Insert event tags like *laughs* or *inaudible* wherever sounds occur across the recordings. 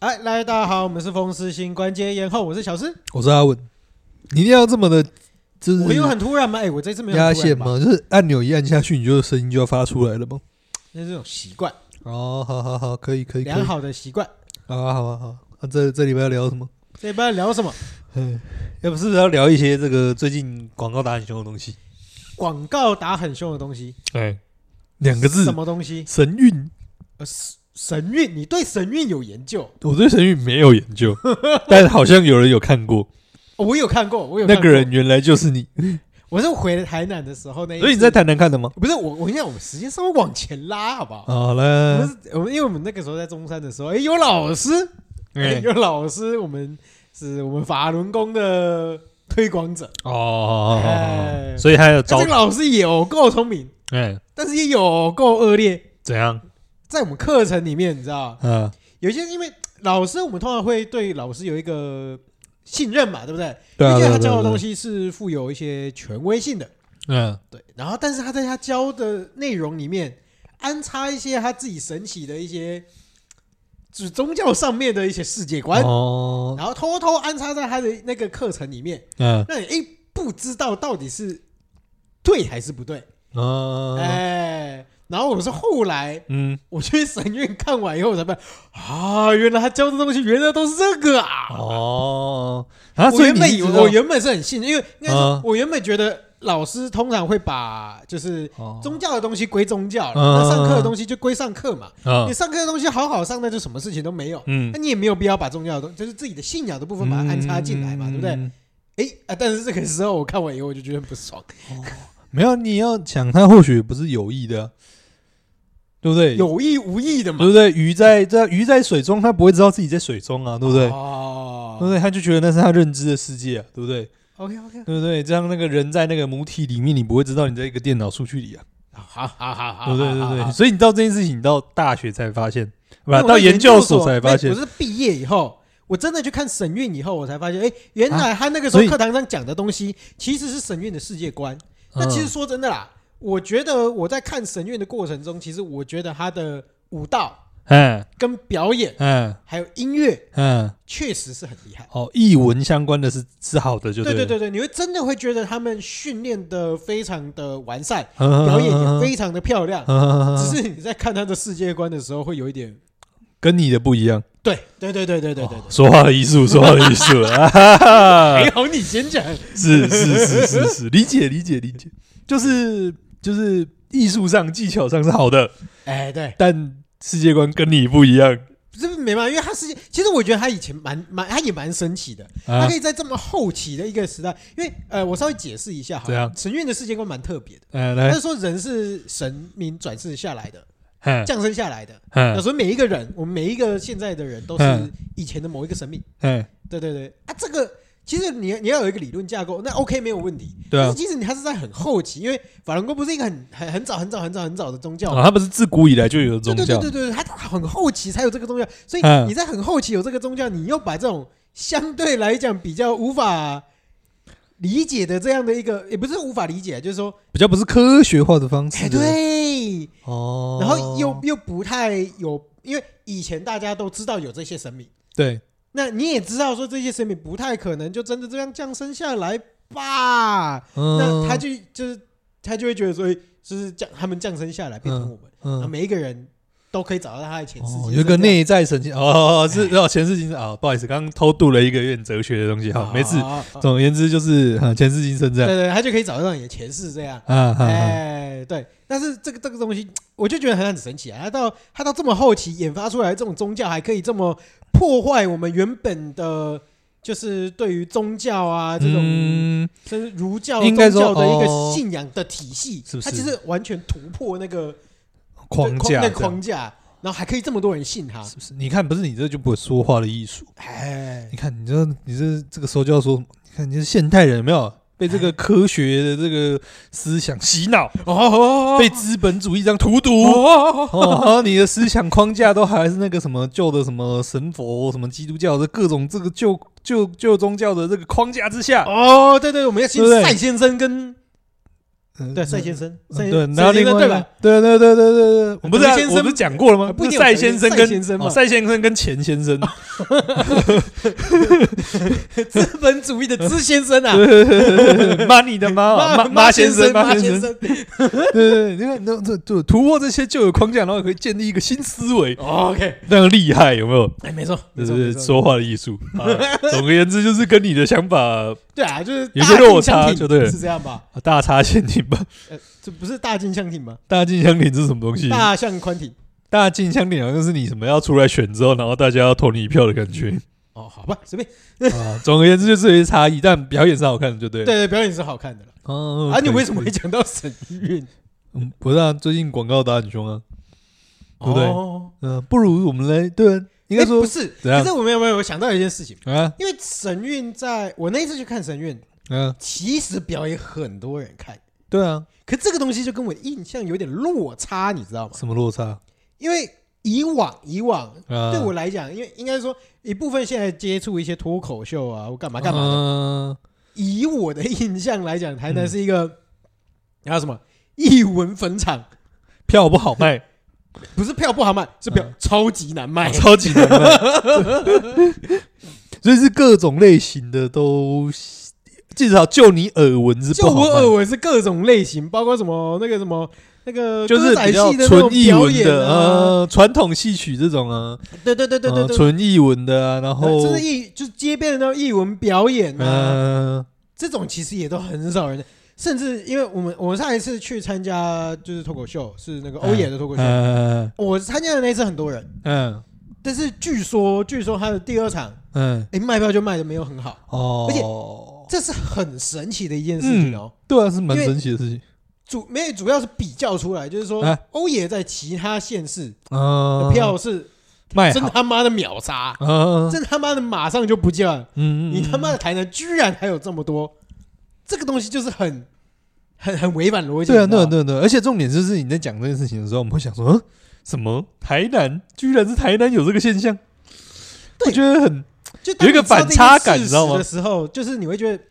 哎来，大家好，我们是风湿性关节炎后，我是小诗。我是阿文，你一定要这么的，就是我有很突然吗？哎、我这次没有压很突然线吧？吗？就是按钮一按下去，你就声音就要发出来了吗？那是这种习惯，哦，好好好，可以可以可以，良好好的习惯。啊好啊好啊，那这这礼拜要聊什么？这一班聊什么？嗯，要不是要聊一些这个最近广告打很凶的东西？广告打很凶的东西，哎，两个字什，么东西？神韵。呃，神神韵，你对神韵有研究？我对神韵没有研 *laughs* 究，但好像有人有看过，哦我有看过，我有那看个过人，原来就是你，我是回台南的时候那一次，所以你在台南看的吗？不是我，我跟你讲，我们时间稍微往前拉，好不好？好我了们，是我们因为我们那个时候在中山的时候，哎、有老师，哎、哎有老师，我们是我们法轮功的推广者，哦哦，哦哦哎哦所以还有这招个，老师有够聪明，哎，但是也有够恶劣。怎样？哎在我们课程里面，你知道，嗯，有些因为老师，我们通常会对老师有一个信任嘛，对不对？对啊，因对为啊他教的对啊东西是富有一些权威性的，嗯，对。然后，但是他在他教的内容里面安插一些他自己神奇的一些，就是宗教上面的一些世界观，哦，然后偷偷安插在他的那个课程里面，嗯让你一不知道到底是对还是不对。嗯哎，然后我是后来嗯，我去神院看完以后，我才发现啊，原来他教的东西原来都是这个啊！哦，啊，我所以原你本是以知为道我原本是很信任，因为应该说嗯，我原本觉得老师通常会把就是哦宗教的东西归宗教，嗯那上课的东西就归上课嘛。啊你，上课的东西好好上，那就什么事情都没有。嗯那，你也没有必要把宗教的东，就是自己的信仰的部分把它安插进来嘛，对不对？嗯？哎啊，但是这个时候我看完以后我就觉得很不爽，没有，你要想，他或许也不是有意的啊，对不对？有意无意的嘛对，不对？鱼在在鱼在水中，他不会知道自己在水中啊，对不对？哦对，不对？他就觉得那是他认知的世界啊，对不对？ OK OK，对不对？这样那个人在那个母体里面，你不会知道你在一个电脑数据里啊，好好好好，对不对？对好不好对？好所以你到这件事情，你到大学才发现，不啊因为我，在到研究所所才发现我，是毕业以后，我真的去看神韵以后，我才发现，哎，原啊来他那个时所候以课堂上讲的东西，其实是神韵的世界观。那嗯其实说真的啦，我觉得我在看神韵的过程中，其实我觉得他的舞蹈嗯跟表演嗯还有音乐嗯，确实是很厉害。哦，译文相关的是是好的，就对对对对对，你会真的会觉得他们训练的非常的完善，表表演也嗯非常的漂亮。只只是是你在看他的世界观的时候，会有一点跟你的不一样。对对对对对对对哦说话的艺术，说话的艺术啊 *laughs* 哈哈对，没哈！有你先讲。是是是是是，理解理解理解，就是就是艺术上技巧上是好的，哎，对，但世界观跟你不一样这不没办法，因为他世界，其实我觉得他以前蛮蛮，他也蛮神奇的，他啊可。以在这么后期的一个时代，因为呃，我稍微解释一下好怎了，样神韵的世界观蛮特别的，嗯，他来是，说人是神明转世下来的，嗯降生下来的，那嗯所以每一个人，我们每一个现在的人都是嗯以前的某一个神明，嗯，对对对，啊，这个其实你你要有一个理论架构，那 OK 没有问题，对但啊是，其实你还是在很后期，因为法轮功不是一个很很很早很早很早很早的宗教嘛哦，他们是自古以来就有的对宗对对教对，对，对他很后期才有这个宗教，所以嗯你在很后期有这个宗教，你又把这种相对来讲比较无法理解的这样的一个，也不是无法理解，就是说，比较不是科学化的方哎，式。，对，哦，然后又又不太有，因为以前大家都知道有这些神明，对，那你也知道说这些神明不太可能就真的这样降生下来吧，那嗯，他就就是他就会觉得说，哎就是降他们降生下来变成我们，然后嗯，每一个人都可以找到他的前世今哦生，有一这个样哎内在神经哦，是哦，前世今生啊，不好意思，刚刚偷渡了一个有点哲学的东西，好，没事。啊啊啊总而言之就是啊前世今生这对样对，他就可以找得到你的前世这样。啊，哈哈哎，对，但是这个这个东西，我就觉得很很神奇啊！他到他到这么后期研发出来这种宗教，还可以这么破坏我们原本的，就是对于宗教啊这种，嗯甚至儒教、应该宗说教的一个哦信仰的体系是不，他哦是其实完全突破那个框对架那这个样框架，然后还可以这么多人信他。是不是？你看，不是你这就不会说话的艺术。哎你，看，你这你这这个时候就要说什么，你看你是现代人有没有被这个科学的这个思想洗脑，哦哦，被资本主义这样荼毒。哦哦，然后你的思想框架都还是那个什么旧的什么神佛、什么基督教的各种这个旧旧旧宗教的这个框架之下，哦，对对，我们要请对不对赛先生跟嗯对，赛先生，嗯赛对，赛然后先另生外对一个吧？？对对对对对对，我不是啊德先生我不是讲过了吗？不一定有赛德先先生赛跟先生嘛哦赛先生跟钱先生，资本主义的资先生啊，妈你的妈哦，妈 *laughs* 妈先生，妈妈先先生，生，对对对，你看那这就突破这些旧有框架，然后可以建立一个新思维，哦 OK，非常厉害，有没有？哎，没错，没这错，是没错说话的艺术。啊 *laughs* 总而言之，就是跟你的想法对啊，就是有些大落进相差挺就对了是这样吧？啊大差限定 *laughs* 吧。呃，这不是大进相挺吗？大进相挺是什么东西？大象宽挺。大进相挺好像是你什么要出来选之后，然后大家要投你一票的感觉哦，好吧，随便。 *laughs* 啊。 *laughs* 总而言之，就是有些差异，但表演上好看就对了。对对，表演是好看的了。哦啊，你可以为什么可会以讲到沈韵？嗯，不是啊，最近广告打很凶啊。对不对哦嗯、不如我们来对啊，应该哎说、不是，怎样可是我没有没有，我想到一件事情，啊因为沈韵在我那一次去看沈韵，啊，其实表演很多人看，对啊，可这个东西就跟我的印象有点落差，你知道吗？什么落差因为以往以往啊？对我来讲，因为应该说一部分现在接触一些脱口秀啊，我干嘛干嘛的，嗯以我的印象来讲，台南嗯是一个然后什么艺文坟场，票不好卖，不是票不好卖，是票嗯 *laughs* 超级难卖。超级难卖， *laughs* 所以是各种类型的都，至少就你耳闻是就不好我卖耳闻是各种类型，包括什么那个什么那个就是歌仔比较戏的那纯种艺表文演的，啊，呃，传统戏曲这种啊，对对对对对呃对，纯艺文的啊，然后这是艺就是街边的那种艺文表演啊，嗯这种其实也都很少人，甚至因为我们我上一次去参加就是脱口秀是那个欧野的脱口秀，嗯我参加的那一次很多人，嗯但是据说据说他的第二场嗯哎卖票就卖的没有很好，哦，而且这是很神奇的一件事情哦。对啊，是蛮因为神奇的事情主没有主要是比较出来，就是说哎欧野在其他县市啊的，票是卖真哎好他妈的秒杀，啊，真他妈的马上就不见了。嗯，嗯你他妈的台南居然还有这么多，这个东西就是很很很违反逻辑。对啊，你知对道啊，吗对啊，对啊，而且重点就是你在讲这件事情的时候，我们会想说，嗯，什么台南居然是台南有这个现象，对我觉得很就当有一个你知道反差这感件你知道吗事实的时候，就是你会觉得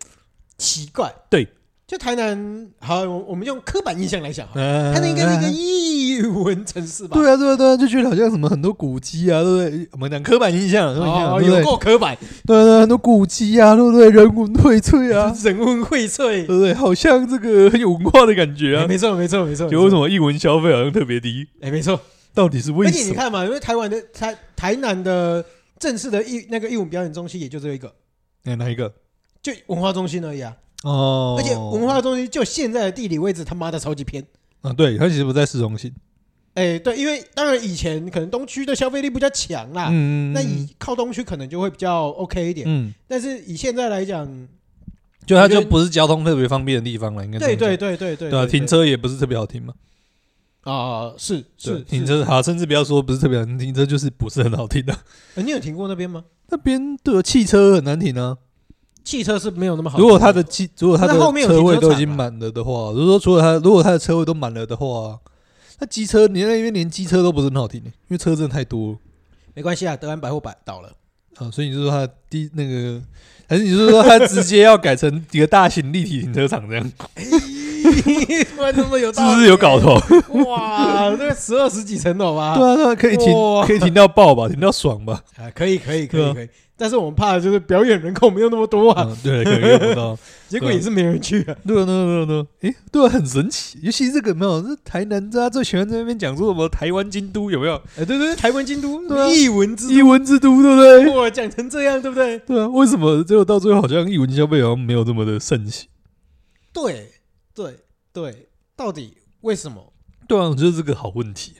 奇怪。对，就台南好，我我们用刻板印象来想好了，呃台南应该是一个艺文城市吧？对啊，对啊，对啊，就觉得好像什么很多古迹啊，对不对？我们讲刻板印象，刻板印哦，象，对不有对？够刻板，对啊对啊，很多古迹啊，对不对？人文荟萃啊，人文荟萃对。不对？好像这个很有文化的感觉哎啊。没错，没错，没错。就为什么？么艺文消费好像特别低？哎，没错。到底是为而且什你么？看嘛，因为台湾的台台南的正式的艺那个艺文表演中心也就只有一个，哎，哪一个？就文化中心而已啊。哦，而且文化中心就现在的地理位置他妈的超级偏。啊，对，它其实不在市中心。哎，对，因为当然以前可能东区的消费力比较强啦，嗯，啊那以靠东区可能就会比较 OK 一点。嗯，但是以现在来讲，就它我觉就得不是交通特别方便的地方了，应该这对么讲对对对对对啊，停车也不是特别好停嘛。啊，是对是停。是车好，甚至不要说不是特别好停，停车就是不是很好停 *laughs* 的。哎你有停过那边吗？那边对啊汽车很难停啊。汽车是没有那么好停。如果他的机，如果他的那后面有车位停车都场已经啊满了的话，如果说除了他，如果他的车位都满了的话，那机车你那边连机车都不是很好停、欸，因为车真的太多了没关系啊，德安百货百倒 *laughs* 了。啊。所以你就说他第那个， *laughs* 还是你就说他直接要改成一个大型立体停车场这样，是突然那么有道理，不是有搞头？哇，那个十二十几层楼吧？对啊，对啊，可以停哇，可以停到爆吧，停到爽吧。啊，可以，可以，可对啊以，可以。但是我们怕的就是表演人口没有那么多啊，嗯，对，可以用不到。结果也是没人去啊。 *laughs* 对啊，对啊，对啊，对啊，诶，对啊，很神奇。尤其是这个有没有，这台南大家最喜欢在那边讲说什么台湾京都有没有？哎，对对，对台湾京都对啊艺文之一文之都，对不对？都，哇，讲成这样，对不对？对啊，为什么最后到最后好像译文消费好像没有这么的盛行？对，对，对，到底为什么？对啊，我觉得这个好问题。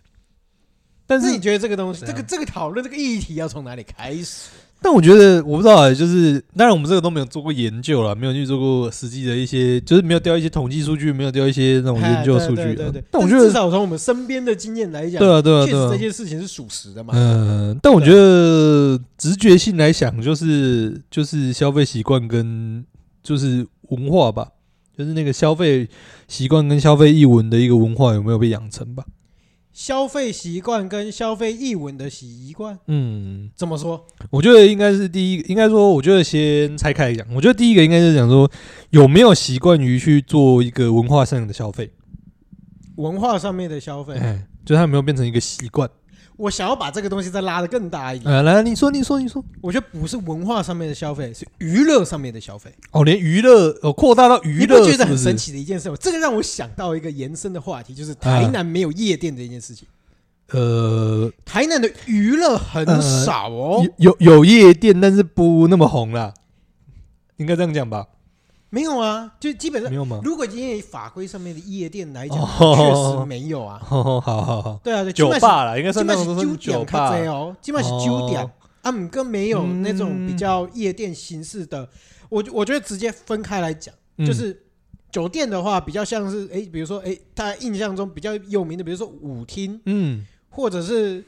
但但是是啊你，觉得这个东西，怎这样个这个讨论这个议题要从哪里开始？但我觉得我不知道啊、就是当然我们这个都没有做过研究啦，没有去做过实际的一些，就是没有调一些统计数据，没有调一些那种研究哎数对据对啊对对。但我觉至得，少从我们身边的经验来讲，对啊，对啊，确实这对啊。件事情是属实的嘛。嗯，但我觉得直觉性来想，就是就是消费习惯跟就是文化吧，就是那个消费习惯跟消费译文的一个文化有没有被养成吧？消费习惯跟消费译文的习惯。嗯，怎么说？我觉得应该是第一个，应该说，我觉得先拆开来讲，我觉得第一个应该是讲说有没有习惯于去做一个文化上的消费，文化上面的消费，哎，就是它有没有变成一个习惯。我想要把这个东西再拉得更大一点。呃，来，你说，你说，你说，我觉得不是文化上面的消费，是娱乐上面的消费。哦，连娱乐，哦，扩大到你娱乐，不觉得是不很是哎神？奇的一件事吗？这个让我想到一个延伸的话题，就是台南没有夜店的一件事情。呃，台南的娱乐很少哦，有有有夜店，但是不那么红啦，应该这样讲吧？没有啊，就基本上没，有吗？如果今天以法规上面的夜店来讲，哦确实没有啊。 *laughs* 哦，好好好，对啊，对，酒基本上吧啦，应该是，算基本那上种是都九是酒点吧较济哦，基本上是九点哦。啊，姆哥没有那种比较夜店形式的，我我觉得直接分开来讲。嗯就是酒店的话，比较像是哎、诶比如说哎、诶大家印象中比较有名的，比如说舞厅，嗯或者是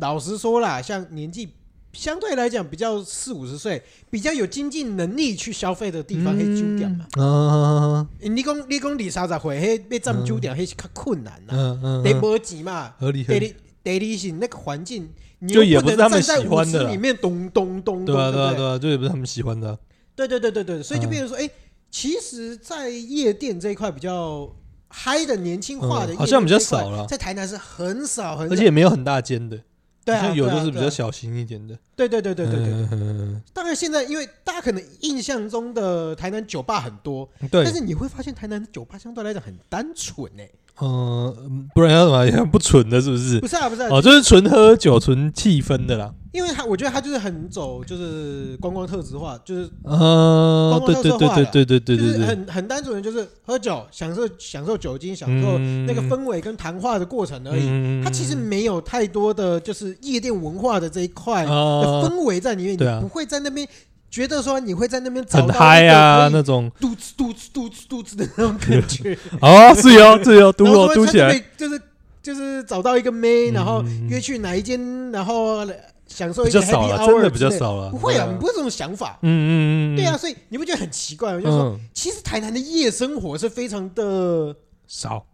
老实说啦，像年纪相对来讲比较四五十岁，比较有经济能力去消费的地方，嘿酒店嘛。嗯你讲你讲二三十岁，嘿被占酒店，嘿是较困难啦，嗯嗯，得没钱嘛，合理合得理，你得你是那个环境，你就也又不是能他们站在喜舞欢的池啦里面咚咚咚咚，对啊对不啊对啊，这也不是他们喜欢的啊，对对对对对，所以就嗯变成说，哎、其实，在夜店这一块比较嗨的年轻化的、嗯好像比较少啦在台南是很少很少，而且也没有很大间的，对好啊，像有对啊就是比较嗯对啊小型一点的，对对对对对对。对当然，现在因为大家可能印象中的台南酒吧很多，但对，是你会发现台南的酒吧相对来讲很单纯哎、嗯，不然要怎么不纯的，是不是不？是啊不是啊，哦，就是纯喝酒、纯气氛的啦。因为他我觉得他就是很走就是观光特质化，就是嗯，对对对对对对对就是对对，很很单纯的就是喝酒享受享受酒精，享受那个氛围跟谈话的过程而已。嗯它其实没有太多的就是夜店文化的这一块的啊氛围在里面，对啊你不会在那边觉得说你会在那边找很到嗨啊一个可以那种，嘟哧嘟哧嘟哧嘟哧的那种感 *laughs* 觉，哦，是哦是哦，嘟 *laughs* 然后哦说嘟他起来就，会就是就是找到一个妹，然后嗯约去哪一间，然后享受比一个较少 happy 了， hour，真的比之较类，少了。不会啊，对你不会这种想法。嗯嗯嗯，嗯对啊，，所以你不觉得很奇怪吗？就是说，嗯，其实台南的夜生活是非常的少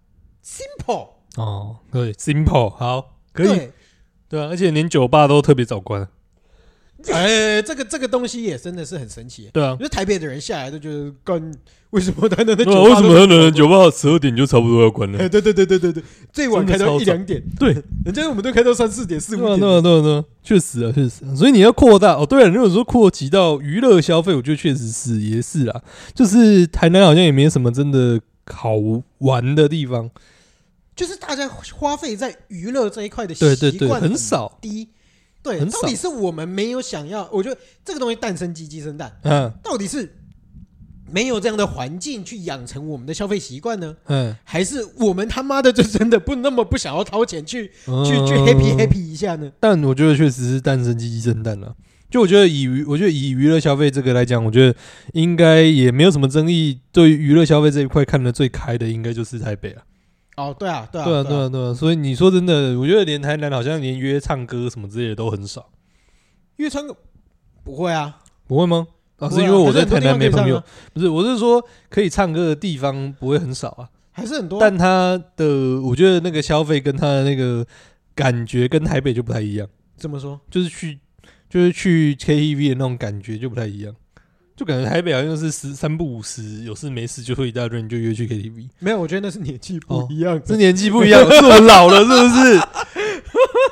simple，哦，对，simple 好，可以， *laughs* 对，对啊，而且连酒吧都特别早关，哎，这个这个东西也真的是很神奇。对啊我，觉得台北的人下来都觉得，干为什么台南的对酒 *laughs* 吧啊，为什么都可能酒吧十二点就差不多要 *laughs* 关了哎，？对对对对对对，最晚开到一两点，对， *laughs* 人家我们都开到三四点、四对五啊，对点。啊，对啊，对啊，确实啊，确实啊。所以你要扩大哦，对了，如果说扩及到娱乐消费，我觉得确实是也是啦，就是台南好像也没什么真的好玩的地方，就是大家花费在娱乐这一块的对对习对，惯很少，低，对，很到少底是我们没有想要？我觉得这个东西诞生鸡鸡生蛋，嗯到底是没有这样的环境去养成我们的消费习惯呢，嗯，还是我们他妈的就真的不那么不想要掏钱去去去嗯 happy happy 一下呢？但我觉得确实是诞生鸡鸡生蛋了。就我觉得以娱，我觉得以娱乐消费这个来讲，我觉得应该也没有什么争议。对于娱乐消费这一块看得最开的，应该就是台北了。哦，对啊，对啊，对啊，对对啊啊，对啊。所以你说真的，我觉得连台南好像连约唱歌什么之类的都很少，因为川哥不会啊，不会吗？啊，不会是啊因为我在台南没朋，可是很多地方可以上友啊，不是，我是说可以唱歌的地方不会很少啊。还是很多啊。但它的，我觉得那个消费跟它的那个感觉跟台北就不太一样。怎么说？就是去就是去 KTV 的那种感觉就不太一样，就感觉台北好像是十三不五十，有事没事就会一大堆人就约去 KTV。没有，我觉得那是年纪不一样。这年纪不 *laughs* 一样，哦是我老了是不是？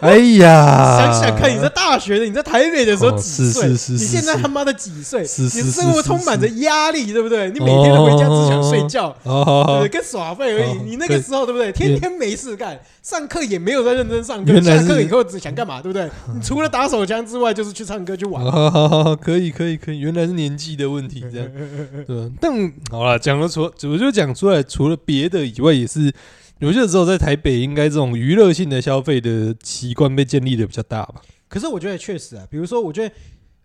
哎呀，想想看，你在大学的，你在台北的时候哦几岁？是是是你是现在是他妈的几岁？是是你是生活是充满着是压力，对不对？你每天都回家只想睡觉，哦，对好好不对，，跟耍废而已。哦你那个时候，对不对？天天没事干，上课也没有在认真上课，原来下是课以后只想干嘛，对不 *laughs* 对？你除了打手枪之外，就是去唱歌去玩。好好好好，可以可以可以，原来是年纪的问 *laughs* 题，这样对吧？但好了，讲了除了我就讲出来，除了别的以外，也是我觉得只有在台北，应该这种娱乐性的消费的习惯被建立的比较大吧。可是我觉得确实啊，比如说，我觉得，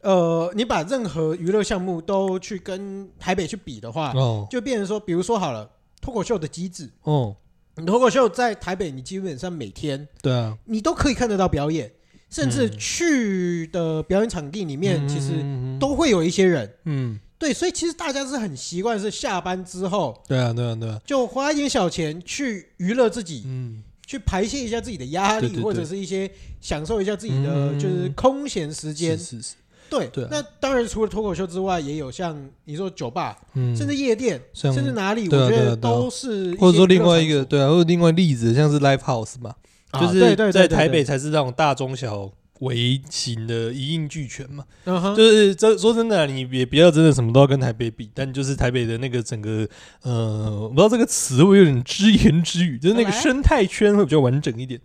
呃，你把任何娱乐项目都去跟台北去比的话，哦就变成说，比如说好了，脱口秀的机制，哦，你脱口秀在台北，你基本上每天对啊，你都可以看得到表演，甚至嗯去的表演场地里面，其实嗯都会有一些人。嗯，对，所以其实大家是很习惯是下班之后对啊，对啊，对啊，就花一点小钱去娱乐自己，嗯，去排泄一下自己的压对对力，对或者是一些享受一下自己的嗯就是空闲时间。是是是，对对啊，那当然除了脱口秀之外，也有像你说酒吧，嗯，甚至夜店，像甚至哪里，我对觉啊对啊得对啊都是或者说些娱另乐外一场个所对啊，或者另外例子像是 live house 嘛，啊就对对是对在对台北对才是那种大中小微型的一应俱全嘛。嗯哼就是这说真的啊，你也不要真的什么都要跟台北比，但就是台北的那个整个呃，我不知道这个词我有点只言之语，就是那个来啊生态圈会比较完整一点。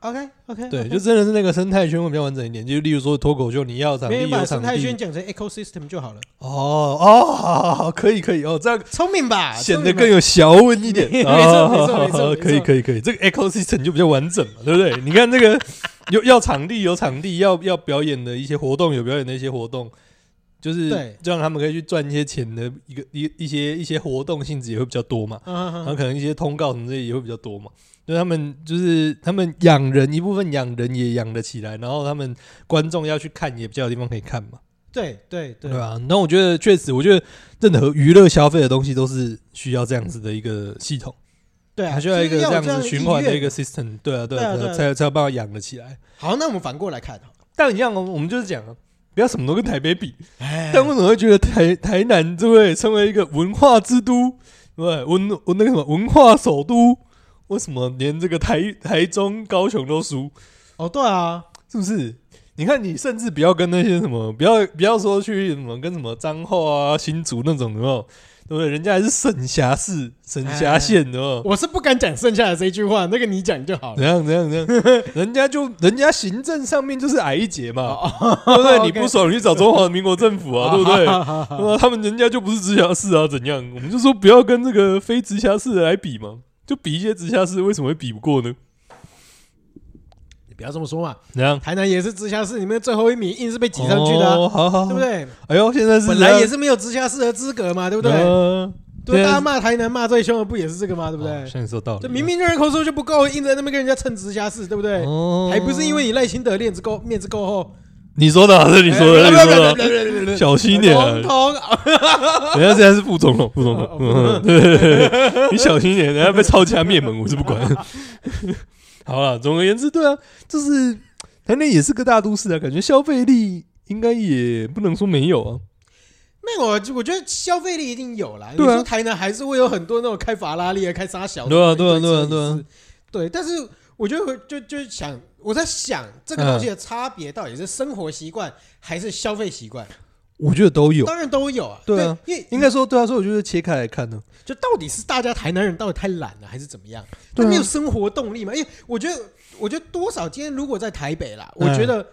OK OK，对，就真的是那个生态圈会比较完整一点。就例如说脱口秀，你要场没地人把有生场态圈地，讲成 ecosystem 就好了，哦哦，好好好可以可以哦，这样聪明吧？显聪得明吧更有学问一 *laughs* 点。没啊没错没错没错没错可以可以可以，这个 ecosystem 就比较完整嘛，对不 *laughs* 对？你看这个有要场地有场地，要要表演的一些活动有表演的一些活动，就是对让他们可以去赚一些钱的一个一一些一些活动性质也会比较多嘛。嗯哼然后哼可能一些通告什么这些也会比较多嘛。就他们就是他们养人一部分养人也养得起来，然后他们观众要去看也比较有地方可以看嘛，对对对啊对啊吧、那我觉得确实，我觉得任何娱乐消费的东西都是需要这样子的一个系统，对啊，它需要一个就是这有样样子循环的一意愿个 system，对啊，对对啊啊，对对啊啊，才有才有办法养得起来。好，那我们反过来看，但一样哦，我们就是讲啊，不要什么都跟台北比，哎但为什么会觉得台台南这位成为一个文化之都，对文文那个什么文化首都，为什么连这个台台中、高雄都输？哦对啊，是不是？你看，你甚至不要跟那些什么，不要不要说去什么跟什么彰化啊、新竹那种，有没有？对不对？人家还是省辖市、省辖县，的哦。 *laughs* 我是不敢讲剩下的这句话，那个你讲就好怎了。样怎样 *laughs* 怎样？人家就人家行政上面就是矮一截嘛，哦，对不对？*laughs* 你 OK 不爽，你去找中华民国政府 *laughs* 啊，对不对？好好好好对啊，他们人家就不是直辖市啊，怎样？我们就说不要跟这个非直辖市的来比嘛，就比一些直辖市，为什么会比不过呢？你不要这么说嘛，怎样？台南也是直辖市里面最后一名，硬是被挤上去的啊，哦好好，好对不？对？哎呦，现在是本来也是，是没有直辖市的资格嘛，对不对？嗯对，对啊大家骂台南骂最凶的不也是这个吗？对不哦对？现在说到理这了，明明就人口数就不够，硬在那边跟人家蹭直辖市，对不对？哦还不是因为你赖清德面子够面子够厚？哎你说的啊，这是你说的，你说的啊，的小心点啊，通通人家现在是副总统，副总哦统，哦嗯对对对对你小心一点，人家被抄家灭门，我是不 *laughs* 管。好了，总而言之，对啊，就是台南也是个大都市啊，感觉消费力应该也不能说没有啊。没有，我我觉得消费力一定有啦。对啊你说台南还是会有很多那种开法拉利啊、开沙小的对啊一堆对啊车对啊也是对啊对。但是我觉得就就想我在想这个东西的差别到底是生活习惯还是消费习惯？我觉得都有，当然都有啊。对啊因为应该说对啊，所以我觉得切开来看呢，就到底是大家台南人到底太懒了，还是怎么样？对他啊没有生活动力嘛？因为我觉得，我觉得多少今天如果在台北啦，我嗯觉得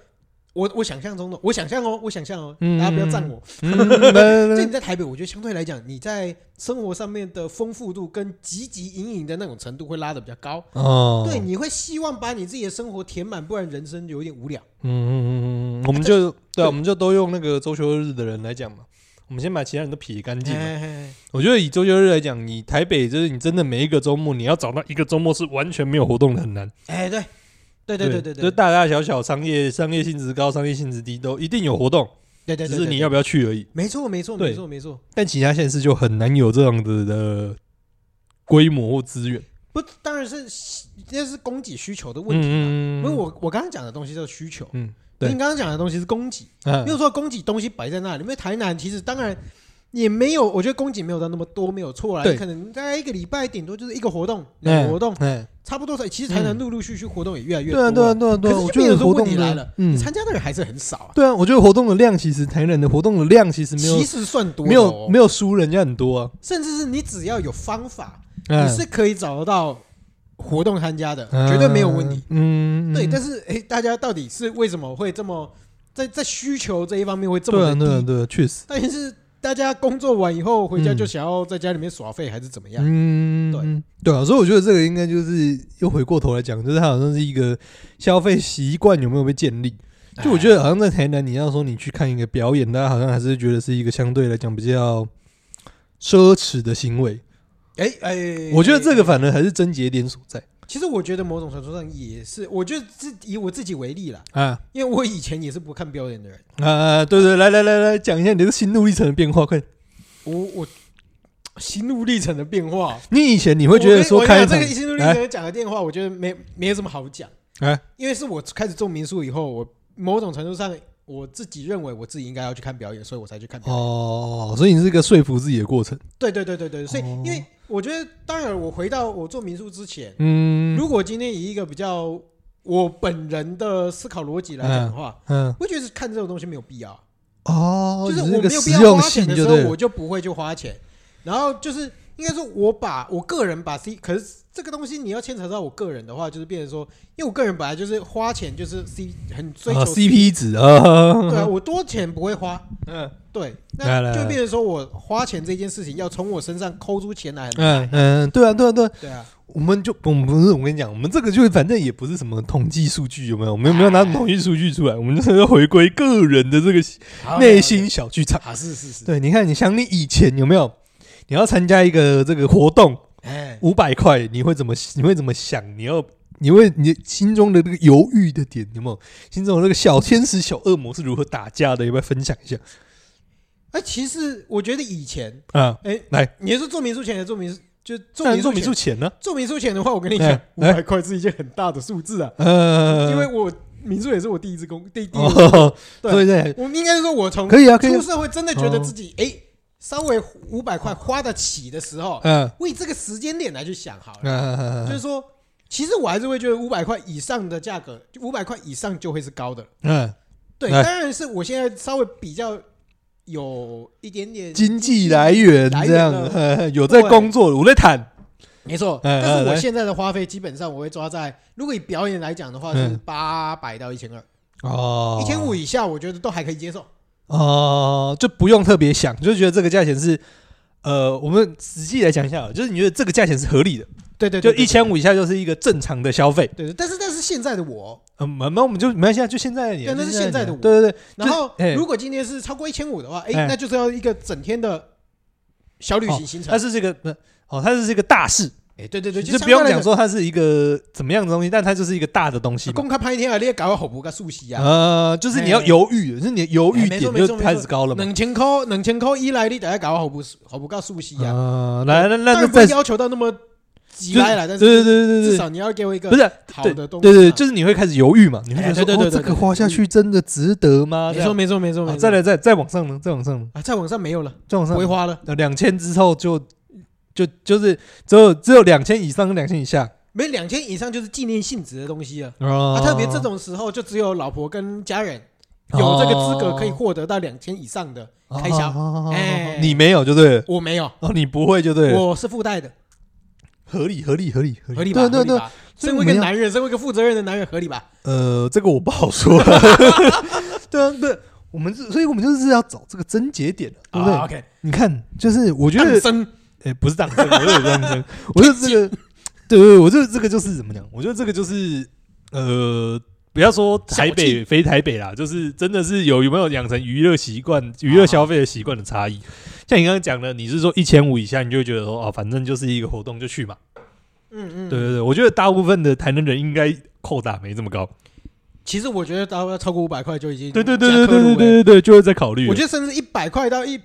我我想象中的，我想象哦，我想象哦，嗯大家不要赞我。嗯， *laughs* 来就来来你在台北，我觉得相对来讲，你在生活上面的丰富度跟汲汲营营的那种程度会拉的比较高。哦，对，你会希望把你自己的生活填满，不然人生有点无聊。嗯嗯嗯嗯嗯，我们就对对啊，我们就都用那个周休日的人来讲嘛，我们先把其他人都撇干净嘛。哎哎哎我觉得以周休日来讲，你台北就是你真的每一个周末，你要找到一个周末是完全没有活动的很难。哎，对，对对对对就对，大大小小商业、商业性质高、商业性质低都一定有活动，对对，只对是你要，不要去而已。没错没错对没错没错。但其他县市就很难有这样子呃的规模或资源。不，当然是那是供给需求的问题啊。因嗯为我我刚刚讲的东西叫需求，嗯对你刚刚讲的东西是供给，啊没有说供给东西摆在那里。因为台南其实当然也没有，我觉得供给没有到那么多，没有错啦。对嗯你可能大概一个礼拜顶多就是一个活动、两个活动，哎，差不多才。其实台南嗯陆陆续续活动也越来越对多啊了，对啊对啊对啊，可我是觉就变得成说活问动题来的了，你嗯，参加的人还是很少啊，对啊，我觉得活动的量其实台南的活动的量其实没其有实算多的没有哦，没有输人家很多啊，甚至是你只要有方法，哎你是可以找得到活动参加的，绝对没有问题。。嗯，嗯对，嗯但是哎，大家到底是为什么会这么在在需求这一方面会这对啊么的对啊嗯低？对啊，确实。但是大家工作完以后回家就想要在家里面耍废，还是怎么样？嗯，对对啊，所以我觉得这个应该就是又回过头来讲，就是它好像是一个消费习惯有没有被建立。就我觉得，得好像在台南，你要说你去看一个表演，大家好像还是觉得是一个相对来讲比较奢侈的行为。哎哎，我觉得这个反，反而还是症结点所在其实我觉得某种程度上也是，我觉得自以我自己为例啦，啊因为我以前也是不看表演的人，啊！对对，来来来来，讲一下你的心路历程的变化，快！我我心路历程的变化。你以前你会觉得说开一我跟我跟你讲场哎这个心路历来程讲的电话，我觉得没没有什么好讲，哎因为是我开始做民宿以后，我某种程度上我自己认为我自己应该要去看表演，所以我才去看表演。哦，所以你是一个说服自己的过程。对对对对对，所以哦因为我觉得，当然我回到我做民宿之前，嗯如果今天以一个比较我本人的思考逻辑来讲的话，嗯我觉得是看这种东西没有必要。哦，就是这我个没有必实要用花钱性的就时对候，了我就不会去花钱。然后就是应该说，我把我个人把 C，可是这个东西你要牵扯到我个人的话，就是变成说，因为我个人本来就是花钱就是 C 很追求啊 CP 值啊，对啊，我多钱不会花，嗯对，来那来就来变成说我花钱这件事情要从我身上抠出钱来很难，嗯嗯，对啊对啊对啊，对啊，我们就我们不是我跟你讲，我们这个就反正也不是什么统计数据有没有？我们没有拿统计数据出来，我们就是要回归个人的这个内心小剧场。啊，是是是，对，你看，你想你以前有没有？你要参加一个这个活动，哎，五百块，你会怎么你会怎么想？你要你会你心中的那个犹豫的点有没有？心中的那个小天使、小恶魔是如何打架的？要不要分享一下？哎，其实我觉得以前，啊，哎，来，你是做民宿前，还是做民宿，就做民当然宿做前民宿前呢？做民宿钱的话，我跟你讲，五哎百块是一件很大的数字啊，呃，因为我民宿也是我第一支工，第第一， *laughs* 哦，对所以在我应该是说我从可以啊，可以出啊，哦社会真的觉得自己哎、稍微五百块花得起的时候，嗯为这个时间点来去想好了，嗯，就是说，其实我还是会觉得五百块以上的价格，五百块以上就会是高的。嗯对，哎当然是我现在稍微比较有一点点经济来源这样来源，啊呃有在工作，我在谈，没错，哎哎但是我来现在的花费基本上我会抓在，如果以表演来讲的话嗯是八百到一千二，哦一千五以下我觉得都还可以接受。哦，就不用特别想，就觉得这个价钱是，呃，我们实际来讲一下啊，就是你觉得这个价钱是合理的，对对，就对一千。五以下就是一个正常的消费。对对，但是但是现在的我，嗯，没没，我们就没关系啊，就现在的你啊，对那是就现在的你啊我对对对，然后哎如果今天是超过一千五的话，哎，哎那就是要一个整天的小旅行行程它。是这个呃哦，它是这个大事，哎，对对对，就相不用关的讲说它是一个怎么样的东西，但它就是一个大的东西嘛。公开拍一天啊，你也搞个好不个素席啊，呃，就是你要哎犹豫，就是你的犹豫哎没错点没错就没开始错高了嘛。两千块，两千块以内你得要搞个好不好不个素席啊。啊，来，那当那那然不会再要求到那么急就是来了，但是对对对对至对，少你要给我一个不是好对的东西啊对嘛。对，就是你会开始犹豫嘛，你会觉哎得对说对对哦，这对个对花下去真的值得吗？这没样错没错没错没好错。啊再来再再往上呢，再往上呢，啊，再往上没有了，再往不上会，花了，呃，两千之后就就就是只有只有两千以上跟两千以下没两千以上就是纪念性质的东西了。啊啊，特别这种时候，就只有老婆跟家人哦有这个资格可以获得到两千以上的开销。销哎你没有就对了，我没有，哦，你不会就对了，我是附带的，合理合理合理合合理吧？对对合对理，吧所以身为我一个们要男人，身为一个负责任的男人，合理吧？呃，这个我不好说， *laughs* 对啊，对，我们是，所以我们就是要找这个症结点，对不啊对？ ，OK，你看，就是我觉得诞生哎、不是党争，我有党争，我就 *laughs* 这个，对对对，我就这个就是怎么讲？我觉得这个就是呃，不要说台北非台北啦，就是真的是有有没有养成娱乐习惯、娱乐消费的习惯的差异。像你刚刚讲的，你是说一千五以下，你就会觉得说哦，反正就是一个活动就去嘛。嗯嗯，对。对对，我觉得大部分的台南人应该扣打没这么高。其实我觉得大概超过五百块就已经对对对价对格入对对围对对，就会在考虑了。欸我觉得甚至一百块到一一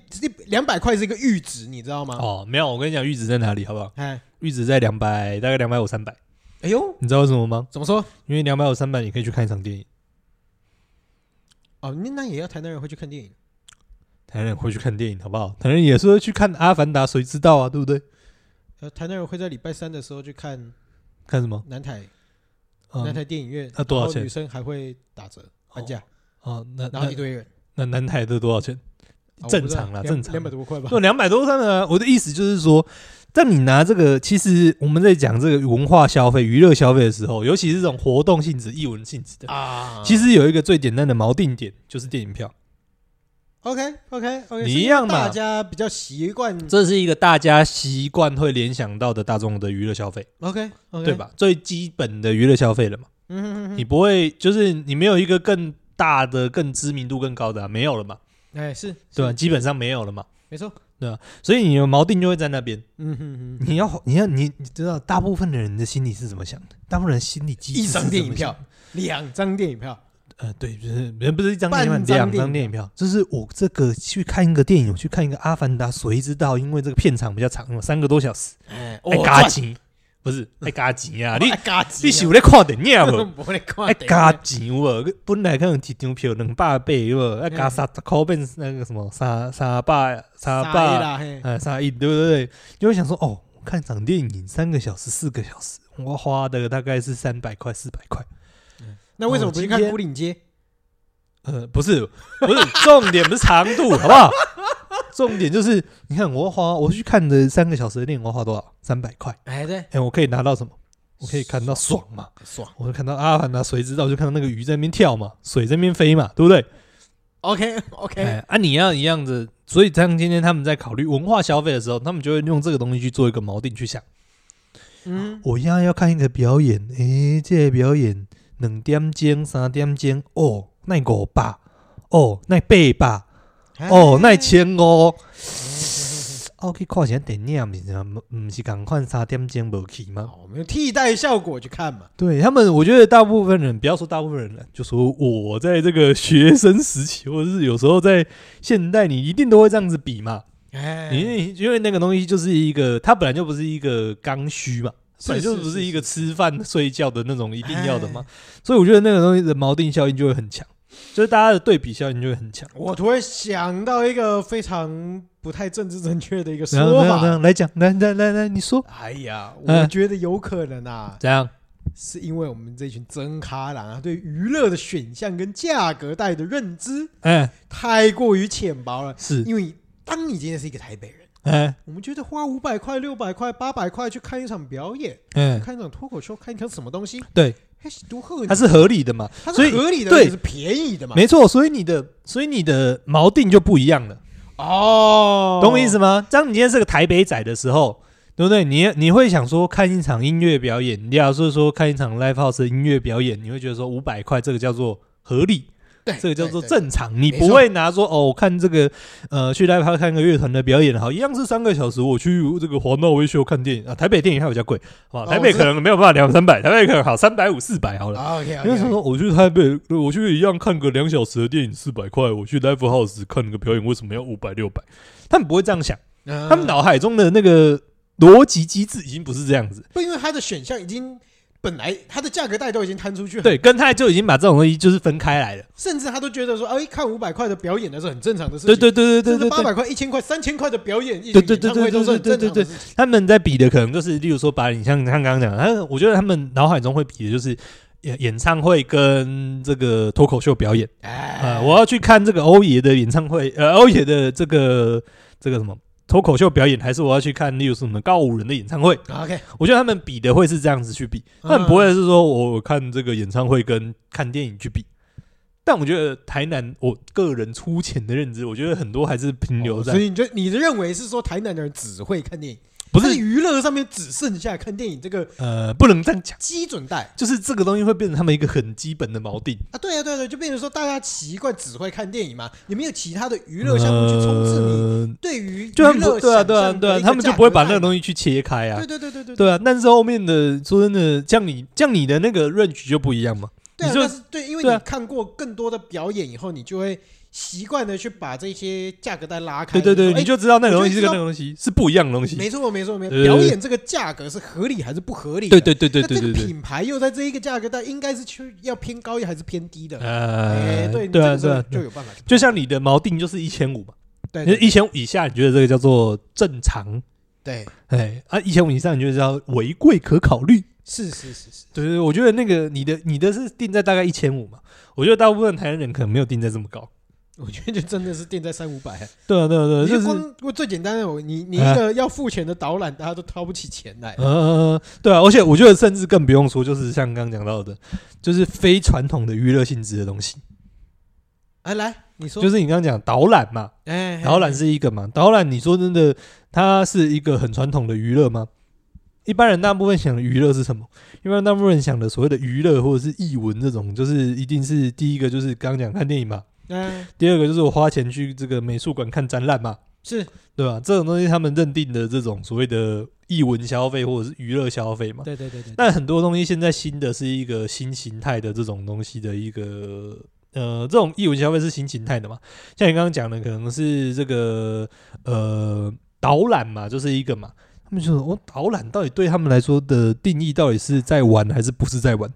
两百块是一个阈值，你知道吗？哦，没有，我跟你讲，阈值在哪里，好不好？哎，阈值在两百，大概两百五、三百。哎呦，你知道为什么吗？怎么说？因为两百五、三百，你可以去看一场电影。哦，那那也要台南人会去看电影。台南人会去看电影，好不好？台南人也是会去看《阿凡达》，谁知道啊？对不对？呃，台南人会在礼拜三的时候去看看什么？南台南嗯台电影院，那多少然后钱女生还会打折半价，哦，那然后一那堆人，那南台的多少 *laughs* 钱？啊正常啦正常两百多块吧就。两百多三的。我的意思就是说，当你拿这个，其实我们在讲这个文化消费、娱乐消费的时候，尤其是这种活动性质、艺文性质的， *laughs* 啊其实实有一个最简单的锚定点，就是电影票。 OK OK OK，你一样嘛大家比较习惯这是一个大家习惯会联想到的大众的娱乐消费， OK OK 对？吧？最基本的娱乐消费了嘛。嗯哼哼你不会，就是你没有一个更大的、更知名度更高的啊、没有了嘛。哼，哎是，对吧？啊是基本上没有了嘛，没错，所以你的锚定就会在那边。嗯哼哼，你要，你要，你你知道，大部分的人的心里是怎么想的？大部分人心里机制一是张电影怎么想票，两张电影票，呃，对，就是人不是一张电半影张两电张影电影票，就是我这个去看一个电影，我去看一个《阿凡达》，谁知道？因为这个片长比较长，有三个多小时，哎，爱我加钱，哦不是爱加钱啊！你嘎叽，你是有在看电 *laughs* 影 *laughs* 无？不会看爱电影？加钱有无？本来可能一张票两百八有无？爱加三十块变那个什么三三百三傻百的啦，嘿呃，啥意对不对？就会想说，哦，看场电影三个小时、四个小时，我花的大概是三百块、四百块。那为什么哦不去今看《天孤岭街呃，不是，不是，重点不是长度，好不 *laughs* 好？重点就是，你看我花我去看的三个小时的电影，我花多少？三百块。》？哎，对，哎、我可以拿到什么？我可以看到爽嘛，爽。我就看到阿凡达，谁知道就看到那个鱼在那边跳嘛，水在那边飞嘛，对不对？ OK 哎 OK，、啊，你要一样子，所以像今天他们在考虑文化消费的时候，他们就会用这个东西去做一个锚定去想。嗯，我现在要看一个表演，诶、这个表演两点钟、三点钟，哦，那五百，哦，那八百，哦，那千五。啊，我去看一下电影，不是啊不不是共款三点钟无去吗？哎好，我们用替代效果去看嘛。对他们，我觉得大部分人，不要说大部分人了，就说我在这个学生时期，或者是有时候在现代，你一定都会这样子比嘛。哎，因为因为那个东西就是一个，它本来就不是一个刚需嘛，是本来就是不是哎是一个吃饭睡觉的那种一定要的嘛，所以我觉得那个东西的锚定效应就会很强，就是大家的对比效应就会很强。我突然想到一个非常不太政治正确的一个然后说然后然法。后来讲，来来来来，你说哎呀，嗯我觉得有可能啊，怎样？是因为我们这群真咖郎啊，对娱乐的选项跟价格带的认知哎，太过于浅薄了。是因为当你今天是一个台北人，哎我们觉得花五百块、六百块、八百块去看一场表演，哎，看一场脱口秀，看一场什么东西，对，还是多喝你它是合理的嘛，它所是以合理的，对就是便宜的嘛。没错，所以你的所以你的锚定就不一样了。哦，懂我意思吗？当你今天是个台北仔的时候，对不对？你你会想说看一场音乐表演，你要是说看一场 live house 的音乐表演，你会觉得说五百块这个叫做合理，对？对，这个叫做对。正常，你没不错会拿说哦，我看这个呃去 live house 看个乐团的表演，好，一样是三个小时，我去这个黄道维修看电影啊，台北电影还比较贵，好哦吧？台北可能没有办法两三百，台北可能好三百五四百好了。 OK， *laughs* 因为什么？我去台北，我去一样看个两小时的电影，四百块；我去 Live House 看个表演，为什么要五百六百？他们不会这样想，他他们脑海中的那个逻辑机制已经不是这样 *laughs* 子。不因为它的选项已经本来它的价格带都已经摊出去，，对，跟他就已经把这种东西就是分开来了。甚至他都觉得说，哎，看五百块的表演那是很正常的事情，对对对对对八对对，百块、一千块、三千块的表演，对对对演唱会都是很正常的事情。他们在比的可能就是，例如说把你像像刚刚讲的，他我觉得他们脑海中会比的就是。演演唱会跟这个脱口秀表演，哎呃，我要去看这个欧爷的演唱会， *laughs* 呃，欧爷的这个这个什么脱口秀表演，还是我要去看，例如什么告五人的演唱会？ OK，我觉得他们比的会是这样子去比，嗯他们不会是说我我看这个演唱会跟看电影去比。但我觉得台南，我个人粗浅的认知，我觉得很多还是停留哦所在以你就你的认为是说台南的人只会看电影，不他的是娱乐上面只剩下看电影这个呃，不能这样讲，基准带就是这个东西会变成他们一个很基本的锚定。啊？对啊，对啊，对啊，就变成说大家习惯只会看电影嘛，也没有其他的娱乐项目去充斥你呃对于就他娱们乐不对啊，对啊，想象的对啊，一他们就价不会格把带那嘛个东西去切开啊对。对对对对对对啊，但是后面的说真的，像你像你的那个 range 就不一样嘛。对啊，你就但是对，因为对你啊看过更多的表演以后，你就会习惯的去把这些价格带拉开。对对对，说哎你就知道那个我东就西知是跟道那个东西是不一样的东哎西。没错没错没错，对对表对演这个价格是合理还是不合理的？对对对对那对这对个对。品牌又在这一个价格带，应该是去要偏高还是偏低的？哎呃，，对对啊你这对个时候，就啊有办法去判断。就像你的锚定就是一千五嘛，对你对一千五以下，你觉得这个叫做正常？对，哎啊，一千五以上你觉得叫违规可考虑？是是是是，对对，我觉得那个你的你的是定在大概一千五嘛，我觉得大部分台湾人可能没有定在这么高。我觉得就真的是定在三五百。对啊对啊对啊，你就就是光我最简单的，我你你一啊个要付钱的导览，大家都掏不起钱来。呃，对啊，而且我觉得甚至更不用说，就是像刚刚讲到的，就是非传统的娱乐性质的东西，哎，来你说，就是你刚刚讲导览嘛，哎，导览是一个嘛，导览你说真的，它是一个很传统的娱乐吗？一般人大部分想的娱乐是什么？一般人大部分人想的所谓的娱乐或者是艺文这种，就是一定是第一个就是刚刚讲看电影嘛，哎，第二个就是我花钱去这个美术馆看展览嘛，是对吧？这种东西他们认定的这种所谓的艺文消费或者是娱乐消费嘛。对对对对，但很多东西现在新的是一个新形态的这种东西的一个呃，这种艺文消费是新形态的嘛？像你刚刚讲的，可能是这个呃导览嘛，就是一个嘛。他们就说，哦，导览到底对他们来说的定义到底是在玩还是不是在玩？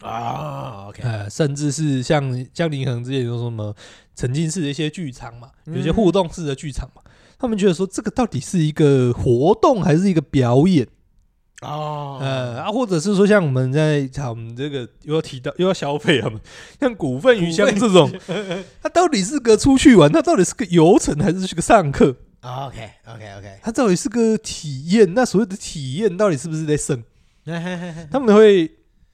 啊，OK，呃，甚至是像像林恒之前说什么沉浸式的一些剧场嘛，有一些嗯互动式的剧场嘛，他们觉得说这个到底是一个活动还是一个表演？哦，呃啊，或者是说像我们在讲我们这个又要提到又要消费他们， *laughs* 像股份鱼香 *laughs* 这种，它到底是个出去玩，它到底是个游程还是是个上课？ ，OK OK OK， *laughs* 它到底是个体验？那所谓的体验到底是不是在胜？他他们会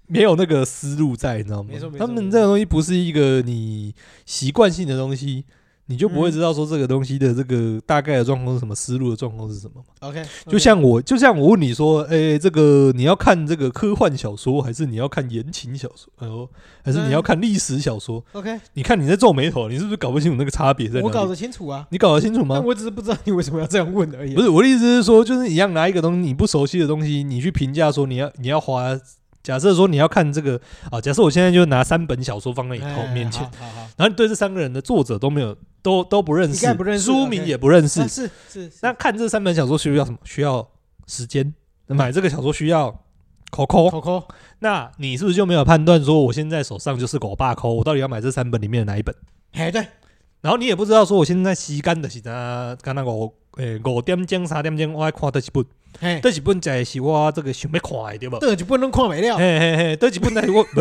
没有那个思路在，你知道吗没错没？错他们这个东西不是一个你习惯性的东西，你就不会知道说这个东西的这个大概的状况是什么，思路的状况是什么嘛。 OK， *laughs* 就像我，就像我问你说，哎，这个你要看这个科幻小说，还是你要看言情小说，呃，还是你嗯要看历史小说？ OK，你看你在皱眉头，你是不是搞不清楚那个差别在哪里？我搞得清楚啊，你搞得清楚吗但？我只是不知道你为什么要这样问而已。不是我的意思是说，就是一样拿一个东西你不熟悉的东西，你去评价说你要你要花，假设说你要看这个啊，假设我现在就拿三本小说放在你哎，头面前，好好好，然后你对这三个人的作者都没有都都不认你识，看不认识书，OK 名也不认识啊，是是，是那看这三本小说需要什么？需要时间，买这个小说需要。口口，口口那你是不是就没有判断说我现在手上就是狗爸抠，我到底要买这三本里面的哪一本？哎对，然后你也不知道说我现在时间的是哪，刚那五诶五点钟、三点钟，我爱看 *laughs* 这几本。哎，这几本才是我这个想要看的，对吧？这个就不能看没了。嘿嘿嘿，这几本才是我不，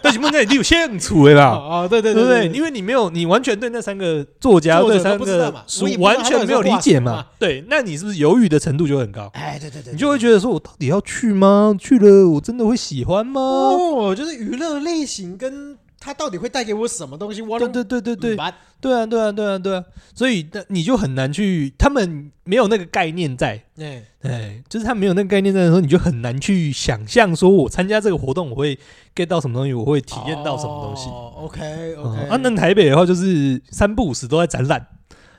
这几本才是你有兴趣 *laughs* 的啦，哦，哦对对啊对不对？对，因为你没有，你完全对那三个作家、作对者三都不知道个嘛书我也不知道完全没有理解嘛，对，那你是不是犹豫的程度就会很高？哎对对对，你就会觉得说，我到底要去吗？去了我真的会喜欢得吗？哦，就是娱乐类型跟它到底会带给我什么东西，我对都对对对对明，白对啊对啊对啊对啊，所以那你就很难去，他们没有那个概念在，哎，哎，就是他没有那个概念在的时候，你就很难去想象说，我参加这个活动我会 get 到什么东西，我会体验到什么东西。 ？OK 嗯哦 OK，啊，那台北的话就是三不五时都在展览，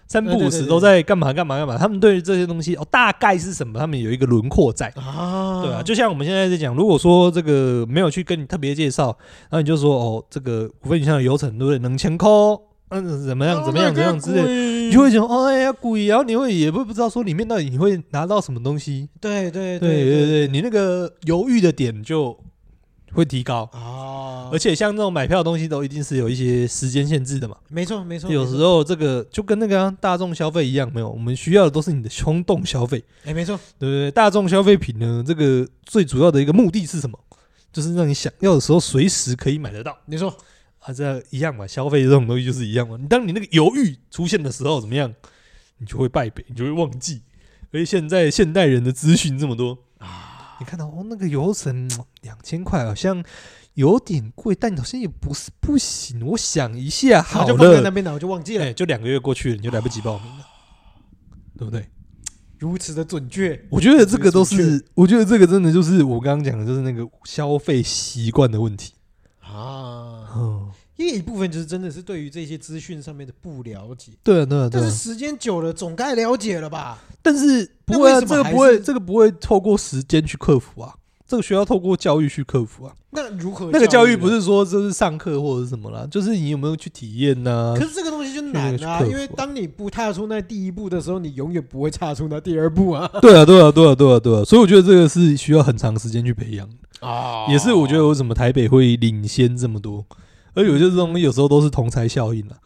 三不五时都在干嘛干嘛干嘛。他们对于这些东西哦，大概是什么，他们有一个轮廓在。啊，对啊，就像我们现在在讲，如果说这个没有去跟你特别介绍，然后你就说哦，这个股份以上的流程对不对？能前抠，嗯，怎么样怎哦么样怎么样之类的，类你就会觉得哦，哎呀，故意，然后你会也不不知道说里面到底你会拿到什么东西。对对对对对对，你那个犹豫的点就会提高，啊而，且像这种买票的东西都一定是有一些时间限制的嘛。没错没错，有没时错候这个就跟那个啊、大众消费一样，没有，我们需要的都是你的冲动消费，哎没错，对不对？大众消费品呢，这个最主要的一个目的是什么？就是让你想要的时候随时可以买得到你说啊，这一样嘛，消费这种东西就是一样嘛。你当你那个犹豫出现的时候，怎么样，你就会败北，你就会忘记。而且现在现代人的资讯这么多，啊，你看到哦，那个油程两千块好像有点贵，但好像也不是不行。我想一下然好后就放在那了，边了，我就忘记了哎，，就两个月过去了，你就来不及报名了，对不对？如此的准确，我觉得这个都准是，我觉得这个真的就是我刚刚讲的，就是那个消费习惯的问题。啊，嗯，因为一部分就是真的是对于这些资讯上面的不了解，对啊，对啊，对但啊是。时间久了总该了解了吧？但是不会那为啊，什这么个还不会，是这个不会透过时间去克服啊。这个需要透过教育去克服啊。那如何那个教育育不呢？是说就是上课或者是什么啦，就是你有没有去体验啊呐、可是这个东西就难去克啊，服因为当你不踏出那第一步的时候，你永远不会踏出那第二步啊！对啊，对啊，对啊，对啊，对啊，所以我觉得这个是需要很长时间去培养的，啊 *laughs* 也是我觉得为什么台北会领先这么多，而有些东西有时候都是同才效应啊。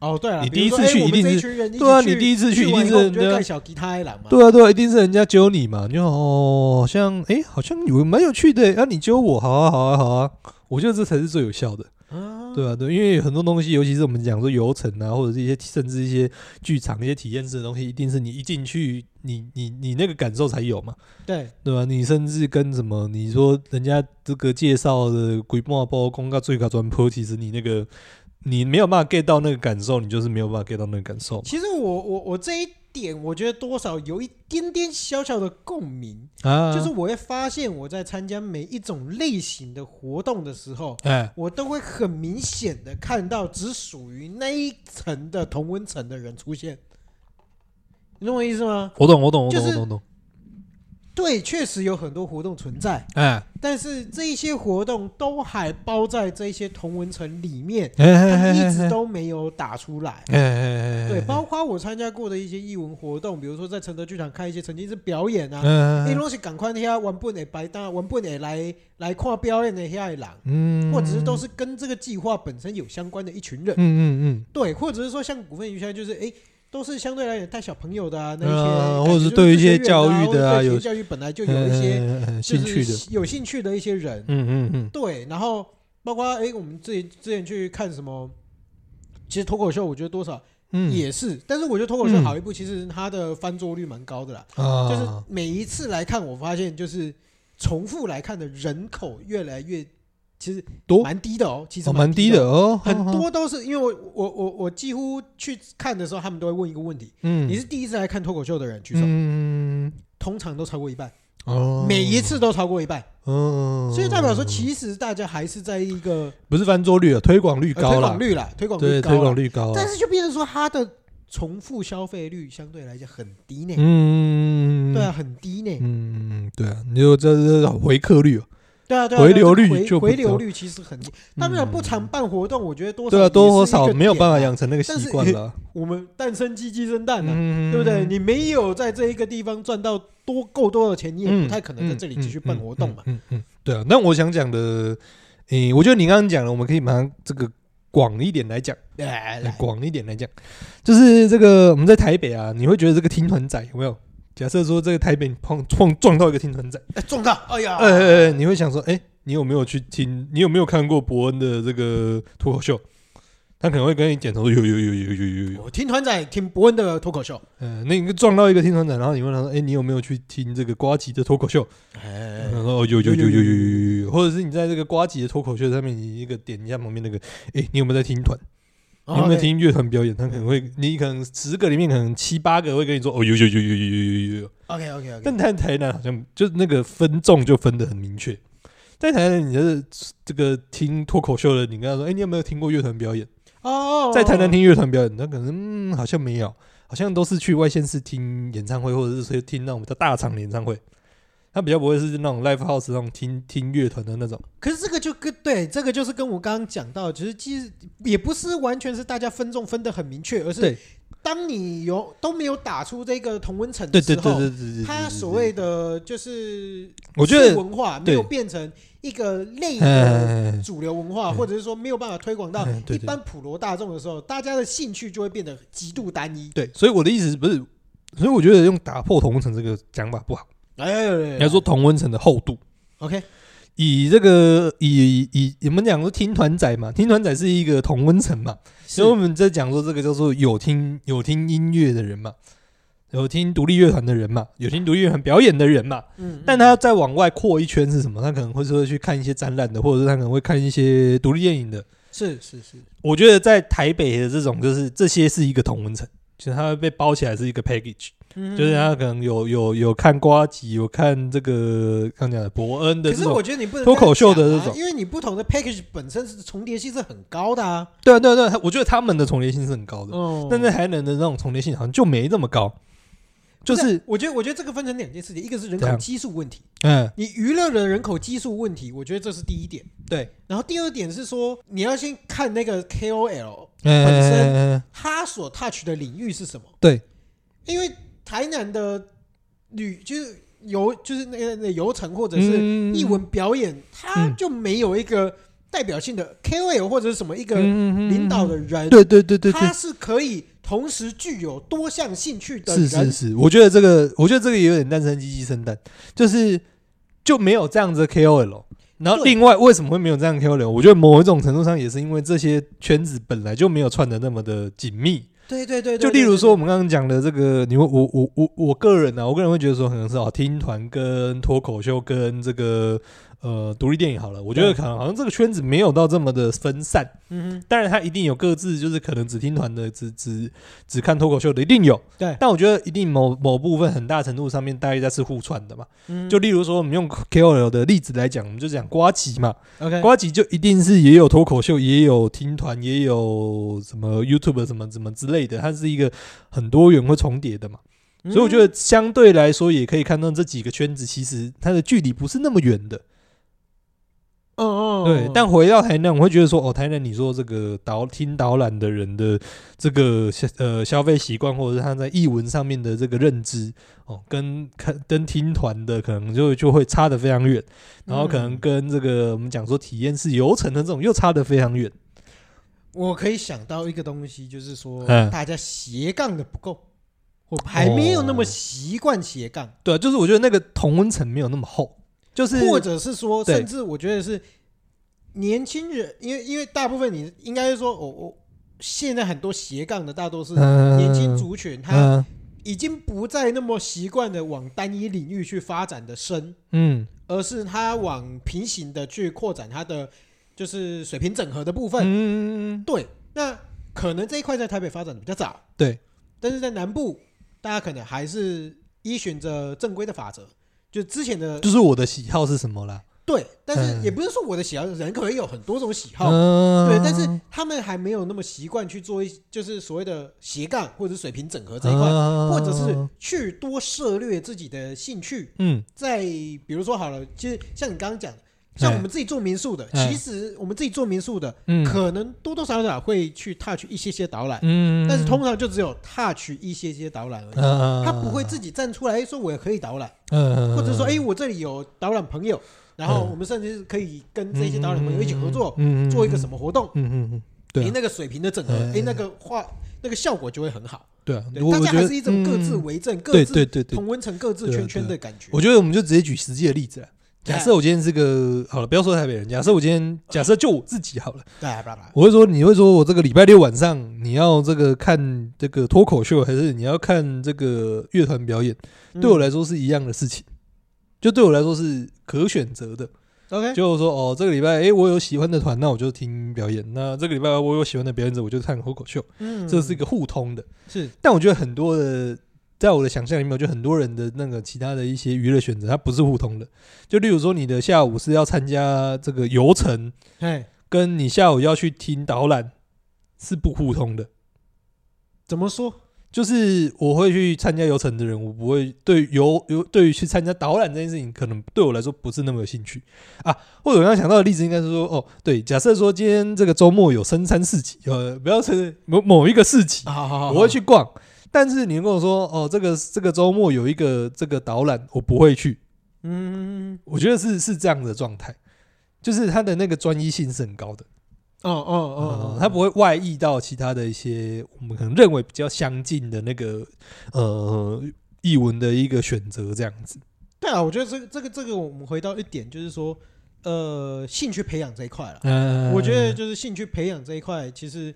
哦，对了，你比第一如说次哎去我一们定这是群人一起对啊，你第一次去去一完定以后我是们就会对啊盖小吉他来嘛，对啊，对啊，一定是人家揪你嘛，你就哦，好像哎，好像有蛮有趣的，啊，你揪我，好啊，好啊，好啊，我觉得这才是最有效的，啊，对啊，对，因为很多东西，尤其是我们讲说游程啊，或者是一些甚至一些剧场一些体验式的东西，一定是你一进去，你你你那个感受才有嘛。对，对吧、你甚至跟什么，你说人家这个介绍的鬼骂包公告最高专坡，其实你那个你没有办法 get 到那个感受，你就是没有办法 get 到那个感受其实我我我这一点，我觉得多少有一点点小小的共鸣，啊。就是我会发现我在参加每一种类型的活动的时候，哎，我都会很明显的看到只属于那一层的同温层的人出现。你懂我意思吗？我懂，我懂，我就懂，是我懂，我懂。对，确实有很多活动存在，哎，但是这一些活动都还包在这一些同文层里 *laughs* 面，哎他哎哎们一直哎都没有打出来。哎哎哎，对，包括我参加过的一些艺文活动，比如说在承德剧场看一些曾经是表演啊，你嗯拢是赶快啊遐原本的白搭，原本的来来看表演的遐的人，嗯，或者是都是跟这个计划本身有相关的一群人嗯，嗯对，或者是说像股份营销就是诶，都是相对来讲带小朋友的啊，那一些呃感觉或者就是对是一些学员教啊育或者的啊对有学教育本来就有嗯，一些很就兴趣的，是有兴趣的一些人，嗯嗯嗯，对，然后包括诶，我们之前之前去看什么，其实脱口秀我觉得多少嗯也是，但是我觉得脱口秀嗯好一部，其实它的翻桌率蛮高的啦。啊，就是每一次来看，我发现就是重复来看的人口越来越，其实多蛮低的哦，其实哦蛮低的的，哦，很哈哈，多都是因为我我我我几乎去看的时候，他们都会问一个问题：嗯，你是第一次来看脱口秀的人举手？嗯通常都超过一半，哦，每一次都超过一半，嗯，所以代表说，其实大家还是在一个呃不是翻桌率啊，推广率呃推高广了，率啦，推广率对，高啦推广率高但了，是就变成说它的重复消费率相对来讲很低呢，嗯，对啊，，很低呢，嗯，对啊，你就这这回客率，对啊，对啊，回对啊流这个率回就不回流高率其实很低。当然不常办活动，我觉得多少对啊，多或少也是一个没有办法点啊。养成那个习惯了，我们蛋生鸡，鸡生蛋啊，嗯，对不对？你没有在这一个地方赚到多够多的钱，你也不太可能在这里继续办活动嘛。嗯嗯，对啊。那我想讲的，诶，我觉得你刚刚讲的，我们可以马上这个广一点来讲，呃来来，广一点来讲，就是这个我们在台北啊，你会觉得这个听团仔有没有？假设说这个台北你碰碰撞到一个听团仔，哎撞到，哎呀，呃呃，呃你会想说，哎、你有没有去听？你有没有看过伯恩的这个脱口秀？他可能会跟你点头，有有有有有有有。我听团仔听伯恩的脱口秀，嗯，那你撞到一个听团仔，然后你问他说，哎、你有没有去听这个瓜吉的脱口秀？哎然，后哦，有有有有有有有有，或者是你在这个瓜吉的脱口秀上面，你一个点一下旁边那个，哎、你有没有在听团？哦你有没有听乐团表演？他可能会，你可能十个里面可能七八个会跟你说，哦，有有有有有有有有。 ？OK OK OK，但台台南好像就是那个分众就分得很明确。在台南，你就是这个听脱口秀的，你跟他说：“哎、你有没有听过乐团表演？”哦，在台南听乐团表演，他可能、嗯、好像没有，好像都是去外县市听演唱会，或者是说听那种比较大场的演唱会。他比较不会是那种 live house 那种听听乐团的那种。哦可是这个就跟对，这个就是跟我刚刚讲到，其实其实也不是完全是大家分众分得很明确，而是对当你有都没有打出这个同温层对的对时对候，对对对，它所谓的就是我觉得次文化没对有变成一个类的嗯，主流文化，嗯或者是说没有办法推广到嗯对一对般普罗大众的时候，大家的兴趣就会变得极度单一。对，所以我的意思是不是，所以我觉得用打破同温层这个讲法不好，哎你要说同温层的厚度。 OK，以这个以以你们讲说听团仔嘛，听团仔是一个同温层嘛，所以我是嗯们在讲说这个叫做有听有听音乐的人嘛，有听独立乐团的人嘛，有听独立乐团表演的人嘛，嗯，但他再往外扩一圈是什么？他可能会说去看一些展览的，或者是他可能会看一些独立电影的。是是是，我觉得在台北的这种就是这些是一个同温层，其实它会被包起来是一个 package，就就是他可能有有有看瓜吉，有看这个刚讲的伯恩的可这是种我觉得你不能脱口秀这样的讲这啊种因为你不同的 package 本身是重叠性是很高的啊。对啊，对啊，对啊，他我觉得他们的重叠性是很高的，哦但在台南的那种重叠性好像就没那么高，就不啊是我觉得，我觉得这个分成两件事情，一个是人怎口样基数问题，嗯，你娱乐的人口基数问题，我觉得这是第一点。对，然后第二点是说，你要先看那个 KOL 本身嗯，他所 touch 的领域是什么，对，因为台南的旅就是游就是那个那个游程或者是嗯艺文表演，他嗯就没有一个代表性的 KOL 或者是什么一嗯个领领导，的人，对对对对对他，是可以同时具有多项兴趣的是人，是是，我觉得这个，我觉得这个有点诞生鸡鸡生蛋，就是就没有这样子的 KOL。然后对另外为什么会没有这样的 KOL？我觉得某一种程度上也是因为这些圈子本来就没有串的那么的紧密，对对对对就例如说我，们刚刚讲的这个，你会我我我我个人呢、啊，我个人会觉得说，可能是哦，听团跟脱口秀跟这个呃独立电影好了，我觉得对可能好像这个圈子没有到这么的分散。对嗯当然，它一定有各自，就是可能只听团的，只只只看脱口秀的，一定有。对但我觉得一定某某部分很大程度上面，大家是互串的嘛。哼，就例如说，我们用 KOL 的例子来讲，我们就讲瓜吉嘛， OK，瓜吉就一定是也有脱口秀，也有听团，也有什么 YouTube 什么什么之类的，它是一个很多元会重叠的嘛。嗯所以我觉得相对来说，也可以看到这几个圈子其实它的距离不是那么远的。嗯，嗯嗯，对，但回到台南，我会觉得说，哦，台南你说这个导听导览的人的这个消呃消费习惯，或者是他在译文上面的这个认知，哦，跟看跟听团的可能就就会差得非常远，然后可嗯能跟这个我们讲说体验式游程的这种又差得非常远。我可以想到一个东西，就是说嗯大家斜杠的不够，我还没有那么习惯斜杠，对啊，就是我觉得那个同温层没有那么厚，就是或者是说，对甚至我觉得是年轻人，因为因为大部分你应该是说，我我现在很多斜杠的大多是年年轻族群，他嗯已经不再那么习惯的往单一领域去发展的深，嗯而是他往平行的去扩展他的就是水平整合的部分。嗯，对，那可能这一块在台北发展的比较早，对，但是在南部，大家可能还是依循着正规的法则，就之前的就是我的喜好是什么啦？对，但是嗯也不是说我的喜好，人可能有很多种喜好，嗯，对，但是他们还没有那么习惯去做一，就是所谓的斜杠或者水平整合这一块，啊或者是去多涉猎自己的兴趣，嗯在比如说好了，其实像你刚刚讲的，像我们自己做民宿的，哎其实我们自己做民宿的，嗯可能多多少少会去 touch 一些些导览，嗯，但是通常就只有 touch 一些些导览而已。嗯，他不会自己站出来哎说我也可以导览，嗯，或者说哎、嗯我这里有导览朋友，然后嗯我们甚至是可以跟这些导览朋友一起合作，，嗯嗯嗯嗯嗯做一个什么活动，嗯嗯嗯，对哎啊那个水平的整合，嗯哎那个画那个效果就会很好。对啊，对，我大我家觉还得是一种各自嗯为政，各对自对对对，同温层各自圈圈的感觉。我觉得我们就直接举实际的例子啦。假设我今天是个好了，不要说台北人，假设我今天假设就我自己好了，对啊，吧吧，我会说你会说我这个礼拜六晚上你要这个看这个脱口秀，还是你要看这个乐团表演？嗯对我来说是一样的事情，就对我来说是可选择的。 ，OK， *laughs* 就说哦，这个礼拜诶，我有喜欢的团，那我就听表演；那这个礼拜我有喜欢的表演者，我就看脱口秀。嗯这是一个互通的。是但我觉得很多的，在我的想象里面，我觉得很多人的那个其他的一些娱乐选择，它不是互通的。就例如说，你的下午是要参加这个游程，哎，跟你下午要去听导览是不互通的。怎么说？就是我会去参加游程的人，我不会对游游对于去参加导览这件事情，可能对我来说不是那么有兴趣啊。或者我刚刚想到的例子应该是说，哦，对，假设说今天这个周末有深山市集，呃，不要是某某一个市集，好好我会去逛。但是你跟我说，哦，这个这个周末有一个这个导览，我不会去。嗯，我觉得是是这样的状态，就是它的那个专一性是很高的，哦哦哦嗯，，它他不会外溢到其他的一些我们可能认为比较相近的那个呃译文的一个选择这样子。对啊，我觉得这个这个这个，我们回到一点，就是说，呃，兴趣培养这一块了。嗯我觉得就是兴趣培养这一块，其实，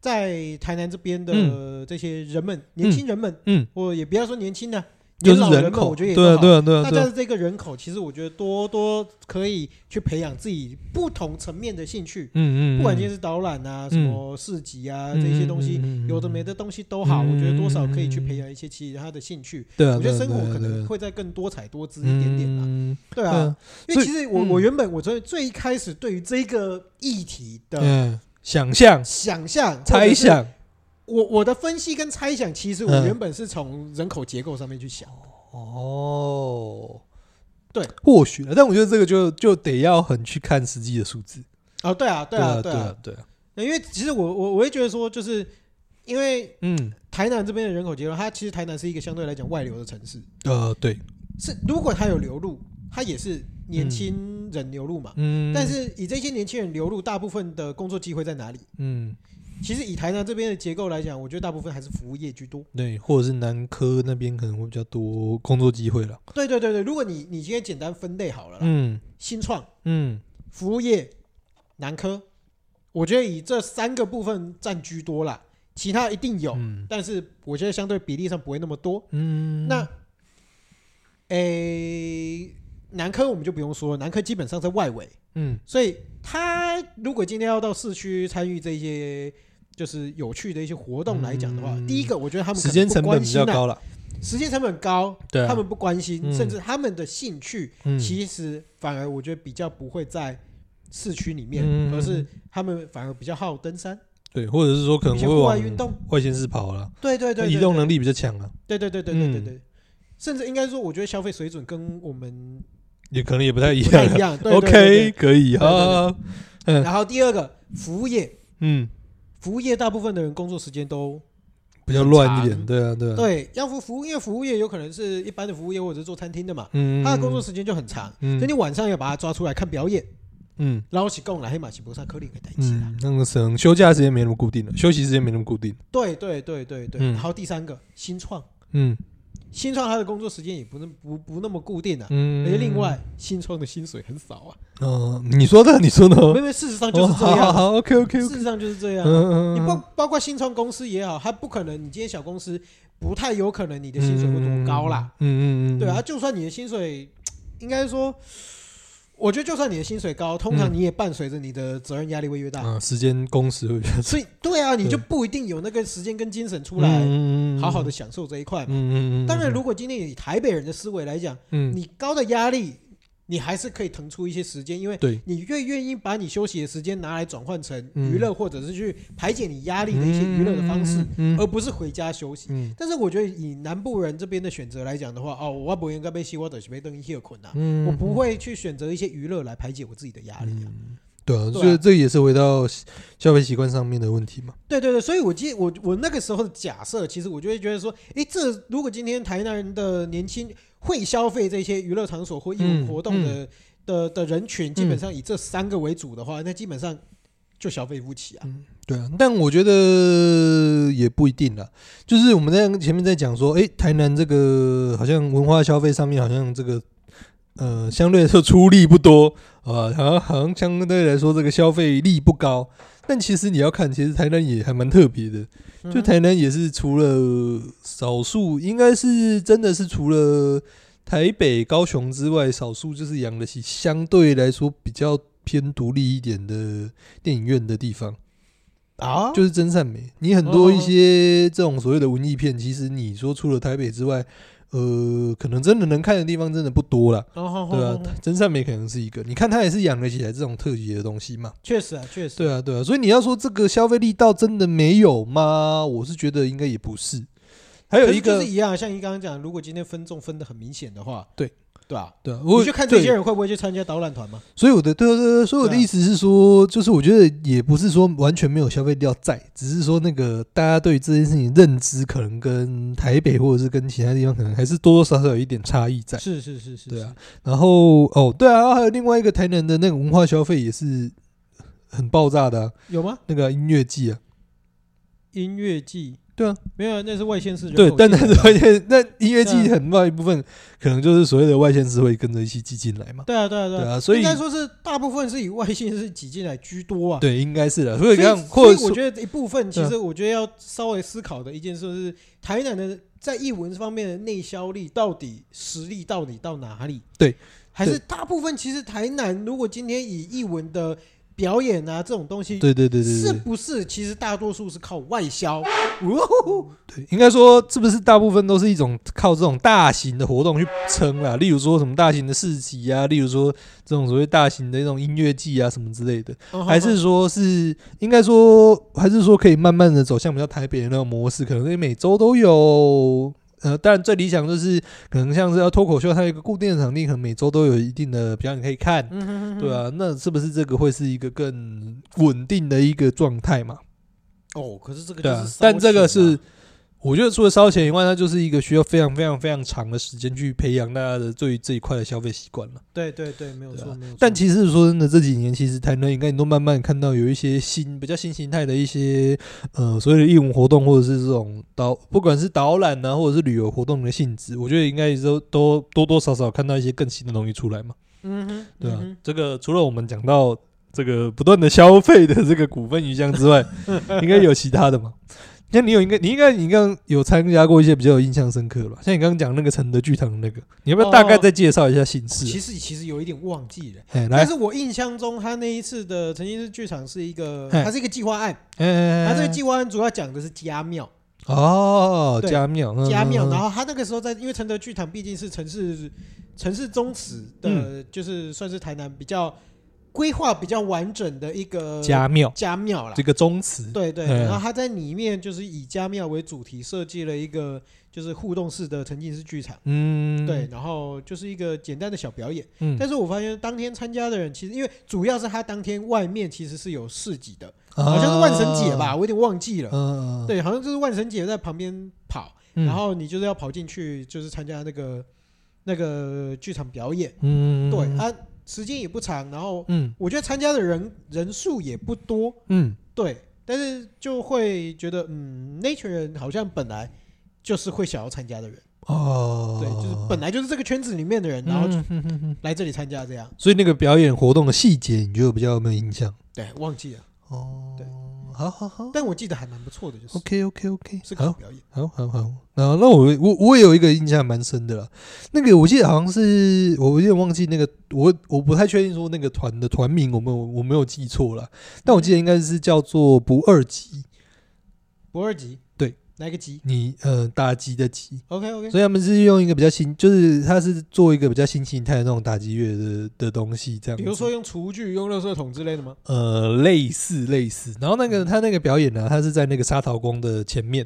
在台南这边的这些人们，年轻人们，嗯，我也不要说年轻的，就年是老人人们，口，我觉得也对都啊好对啊对啊大对家啊，的这个人口，其实我觉得多多可以去培养自己不同层面的兴趣，嗯嗯，不管今嗯天是导览啊、嗯什么市集啊嗯这些东西，嗯嗯嗯嗯有的没的东西都好，嗯我觉得多少可以去培养一些其他的兴趣。对啊，我觉得对啊嗯生活可能会再更多彩多姿一点点啊，，对啊，，因所为以其实我嗯我原本我最最一开始对于这个议题对啊对啊的嗯，想象、想象、猜，想，我我的分析跟猜想，其实我嗯原本是从人口结构上面去想，哦，对，或许了，但我觉得这个就就得要很去看实际的数字。哦，对啊，对啊，啊，对对啊，，对啊，因为其实我我我会觉得说，就是因为嗯，台南这边的人口结构，它其实台南是一个相对来讲外流的城市，呃，对，是如果它有流入，它也是年轻人流入嘛。嗯，但，是以这些年轻人流入，大部分的工作机会在哪里？嗯，其实以台南这边的结构来讲，我觉得大部分还是服务业居多。对，或者是南科那边可能会比较多工作机会了。对对对对，如果你你今天简单分类好了啦，嗯新创、嗯服务业、南科，我觉得以这三个部分占居多啦，其他一定有，嗯但是我觉得相对比例上不会那么多。嗯，那，诶、南科我们就不用说了，南科基本上在外围，嗯所以他如果今天要到市区参与这些就是有趣的一些活动来讲的话，嗯第一个我觉得他们可时能间不成本关比心较啊，高了。时间成本高，对啊他们不关心，嗯甚至他们的兴趣、嗯，其实反而我觉得比较不会在市区里面，嗯而是他们反而比较好登山，对，或者是说可能一会些户外往运动外县市跑了，对对对，移动能力比较强啊，对，对对对对对嗯对，甚至应该说，我觉得消费水准跟我们也可能也不太一不太样一 *laughs* 啊。样。对对对对 OK，可以对对对啊，然后第二个服务业，嗯，服务业大部分的人工作时间都比较乱一长点，对啊，对啊，对，要服服务业，服务业有可能是一般的服务业或者是做餐厅的嘛，嗯，他的工作时间就很长，嗯，所以你晚上要把他抓出来看表演，嗯然后起供来黑马起博萨颗粒给他一啊起啦嗯，。那个时候休假时间没那么固定了，休息时间没那么固定，对对对对对，嗯然后第三个新创，嗯新创他的工作时间也不那不不那么固定啊，嗯，而且另外新创的薪水很少啊，哦，你说的，你说的，哦没有没有，事实上就是这样，好，OK OK， *laughs* 事实上就是这样啊。嗯，你包包括新创公司也好，它不可能，你今天小公司不太有可能你的薪水会多高啦。，嗯嗯嗯，对啊，，就算你的薪水，应该说，我觉得就算你的薪水高，通常嗯你也伴随着你的责任压力会越大，啊，时间工时会比较所以对啊，你就对不一定有那个时间跟精神出嗯来好好的，享受这一块嘛。嗯嗯嗯，当然，如果今天以台北人的思维来讲，嗯你高的压力，你还是可以腾出一些时间，因为对，你越愿意把你休息的时间拿来转换成嗯娱乐，或者是去排解你压力的一些娱乐的方式，，嗯而不是回家休息。嗯但是我觉得以南部人这边的选择来讲的话，哦，我不应该被西，我等是被邓一歇困啊，嗯我不会去选择一些娱乐来排解我自己的压力啊。对啊，所以这也是回到消费习惯上面的问题嘛。对对对，所以我记我我那个时候的假设，其实我就会觉得说，诶，这如果今天台南人的年轻会消费这些娱乐场所或艺文嗯活动的、的的人群，基本上以这三个为主的话，那基本上就消费不起啊。嗯，对啊，但我觉得也不一定啦。就是我们在前面在讲说，哎、台南这个好像文化消费上面好像这个呃相对来说出力不多啊，好像好像相对来说这个消费力不高。但其实你要看，其实台南也还蛮特别的，嗯就台南也是除了少数，应该是真的是除了台北、高雄之外，少数就是养得起相对来说比较偏独立一点的电影院的地方。啊，就是真善美。你很嗯多一些这种所谓的文艺片，其实你说除了台北之外，呃，可能真的能看的地方真的不多啦。哦吼吼对啊吼吼，真善美可能是一个，你看它也是养得起来这种特级的东西嘛。确实啊，确实。对啊，对啊，所以你要说这个消费力道真的没有吗？我是觉得应该也不是。还有可是一个就是，一样，啊像你刚刚讲，如果今天分众分的很明显的话，对对啊，对啊，我你就看这对些人会不会去参加导览团嘛？所以我的对对对，所以我的对啊意思是说，就是我觉得也不是说完全没有消费料在，只是说那个大家对于这件事情认知可能跟台北或者是跟其他地方可能还是多多少少有一点差异在。是是是是，对啊，然后哦，对啊，还有另外一个台南的那个文化消费也是很爆炸的啊、是，有吗？那个音乐季啊，音乐季，对啊，没有啊，那是外县市人对，口但进但来是的关键，那音乐对季很大一部分可能就是所谓的外县市会跟着一起挤进来嘛。对啊对啊对对啊，啊，所以应该说是大部分是以外县市挤进来居多啊。对，应该是的。所所以以，你看，所或以者我说觉得一部分其对啊实我觉得要稍微思考的一件事是，台南的在译文方面的内销力到底实力到底到哪里？对，还是大部分其实台南如果今天以译文的表演啊这种东西，对对对对对，是不是其实大多数是靠外销？哦，对，应该说是不是大部分都是一种靠这种大型的活动去撑啦，例如说什么大型的市集啊，例如说这种所谓大型的那种音乐季啊什么之类的，哦还是说是应该说还是说可以慢慢的走向比较台北的那种模式，可能你每周都有。呃，当然最理想就是可能像是要脱口秀，它有一个固定的场地，可能每周都有一定的表演可以看，嗯哼哼哼对啊，那是不是这个会是一个更稳定的一个状态嘛？哦，可是这个对就是啊烧钱嘛，，但这个是我觉得除了烧钱以外，它就是一个需要非常非常非常长的时间去培养大家的对于这一块的消费习惯了。对对对，没有对啊错没有错。但其实说真的，这几年其实台南应该你都慢慢看到有一些新比较新形态的一些呃所谓的义务活动，或者是这种导不管是导览啊，或者是旅游活动的性质，我觉得应该都都多多少少看到一些更新的东西出来嘛。嗯哼，对啊，嗯这个除了我们讲到这个不断的消费的这个股份鱼香 *laughs* 之外，应该有其他的嘛？那你有应该你应该你应该有参加过一些比较有印象深刻的吧？像你刚刚讲那个承德剧堂的那个，你要不要大概再介绍一下哦形哼，其实式？其实有一点忘记了。哎，但来，是我印象中，他那一次的曾经是剧场是一个，嘿它是一个计划案，哎它，这个计划案主要讲的是家庙，哦，对加庙，嗯家庙。嗯嗯然后他那个时候在，因为承德剧嗯场毕竟是城市城市宗祠的，就是算是台南比较规划比较完整的一个家庙家庙啦这。个宗祠，对对，嗯然后他在里面就是以家庙为主题设计了一个就是互动式的沉浸式剧场，嗯，对，，然后就是一个简单的小表演。嗯，但是我发现当天参加的人其实因为主要是他当天外面其实是有市集的，好像是万圣节吧，啊，我有点忘记了。嗯，对，好像就是万圣节在旁边跑，嗯，然后你就是要跑进去，就是参加那个那个剧场表演。嗯，对，啊，时间也不长，然后嗯我觉得参加的人人数也不多，嗯，对，但是就会觉得，嗯，那群人好像本来就是会想要参加的人，哦，对，就是本来就是这个圈子里面的人，嗯，然后就嗯嗯嗯嗯来这里参加这样。所以那个表演活动的细节，你觉得比较有没有印象？对，忘记了，哦，对，好好好但我记得还蛮不错的，就是，OK OK OK，是个好好。表演。好好好，然后那我我我也有一个印象蛮深的啦，那个我记得好像是我有点忘记那个我我不太确定说那个团的团名我没有我没有记错了，但我记得应该是叫做不二级，不二级，对，来个级你呃打击的击， ，OK OK，所以他们是用一个比较新，就是他是做一个比较新形态的那种打击乐的的东西这样子，比如说用厨具、用垃圾桶之类的吗？呃类似类似，然后那嗯个他那个表演呢、他是在那个沙桃宫的前面，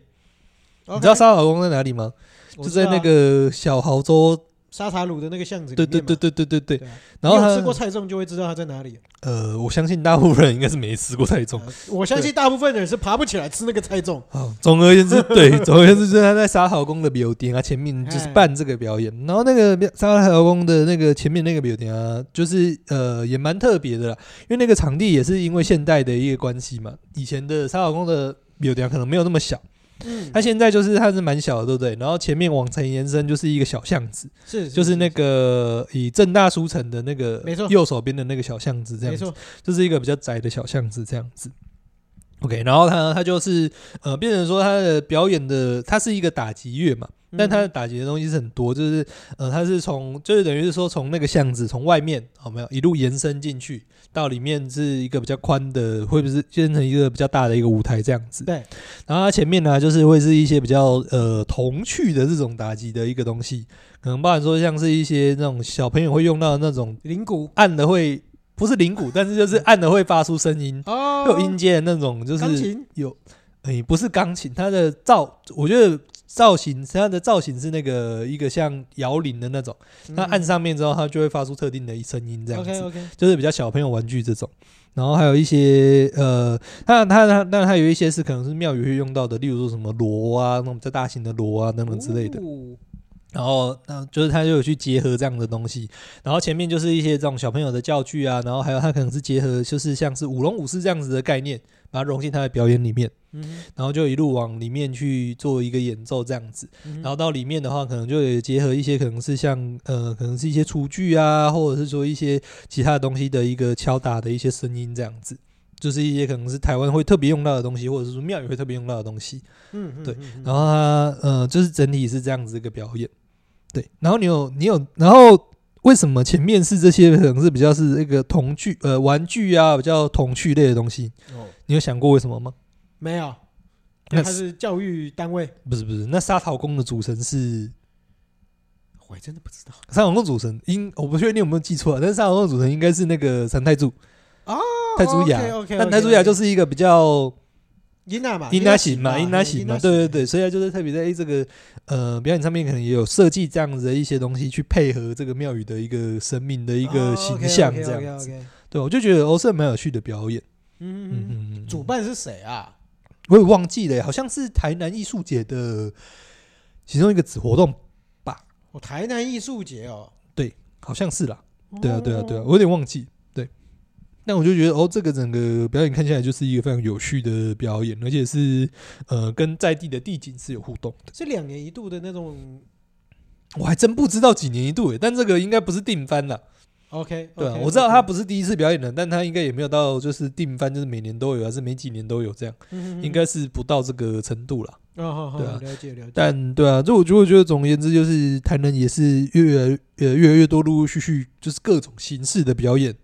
你知道 OK，沙桃宫在哪里吗？我就知在道啊那个小豪州，沙茶卤的那个巷子里对面嘛。对对对对对对。对啊，然后你他有吃过菜粽就会知道它在哪里。呃，我相信大部分人应该是没吃 *laughs* 过太重。呃我相信大部分的人是爬不起来吃那个菜粽。好，总 *laughs* 而言之，对，总而言之，就是他在沙好宫的表演啊，前面就是办这个表演，嗯然后那个表沙好宫的那个前面那个表演啊，就是呃也蛮特别的啦，因为那个场地也是因为现代的一个关系嘛，以前的沙好宫的表演可能没有那么小，嗯，它现在就是它是蛮小的，对不对？然后前面往前延伸就是一个小巷子，是就是那个以正大书城的那个没错右手边的那个小巷子这样没子。错，就是一个比较窄的小巷子这样子。OK，然后他他就是呃，变成说他的表演的，他是一个打击乐嘛，嗯但他的打击的东西是很多，就是呃，他是从就是等于是说从那个巷子从外面好没有一路延伸进去，到里面是一个比较宽的，会不会是变成一个比较大的一个舞台这样子。对，然后它前面呢、就是会是一些比较呃童趣的这种打击的一个东西，可能包含说像是一些那种小朋友会用到的那种灵骨按的会不是铃鼓，但是就是按的会发出声音，哦，有音阶的那种，就钢是琴有，诶、不是钢琴，它的造，我觉得造型，它的造型是那个一个像摇铃的那种，嗯它按上面之后，它就会发出特定的声音，这样子。 OK OK，就是比较小朋友玩具这种。然后还有一些呃，那它它那还有一些是可能是庙宇会用到的，例如说什么锣啊，那种比较大型的锣啊等等之类的。哦然后，那就是他就有去结合这样的东西，然后前面就是一些这种小朋友的教具啊，然后还有他可能是结合就是像是舞龙舞狮这样子的概念，把它融进他的表演里面，嗯哼然后就一路往里面去做一个演奏这样子，嗯哼然后到里面的话，可能就有结合一些可能是像呃，可能是一些厨具啊，或者是说一些其他的东西的一个敲打的一些声音这样子，就是一些可能是台湾会特别用到的东西，或者是说庙宇会特别用到的东西。嗯哼对嗯哼然后它呃，就是整体是这样子一个表演，对。然后你有你有，然后为什么前面是这些可能是比较是那个童趣呃玩具啊，比较童趣类的东西？哦你有想过为什么吗？没有，因那为它是教育单位，不是不是，那沙桃宫的主神是我还真的不知道沙桃宫主神，应我不确定有没有记错啊，但是沙桃宫主神应该是那个三太柱哦，太祖雅， OK，OK，OK，啊但太祖雅就是一个比较。英娜嘛，英拉型嘛，英拉型型嘛，对对对，所以它就是特别在这个呃表演上面，可能也有设计这样子的一些东西去配合这个庙宇的一个生命的一哦个形象，这样子。子。对，我就觉得欧是蛮有趣的表演。嗯嗯嗯嗯，嗯，嗯主办是谁啊？我也忘记了，好像是台南艺术节的其中一个子活动，我台南艺术节哦。好像是啦。对啊，对啊，对啊，我有点忘记。对，但我就觉得哦，这个整个表演看起来就是一个非常有趣的表演，而且是呃跟在地的地景是有互动。是两年一度的那种。我还真不知道几年一度诶，但这个应该不是定番啦。 OK，对啊，我知道他他不是第一次表演了，但他应该也没有到就是定番，就是每年都有，还是每几年都有这样，嗯应该是不到这个程度啦。哦，好好，对啊了解了解。但对啊，就我就会觉得总而言之，就是台南也是越来呃越来越多，陆陆续续就是各种形式的表演，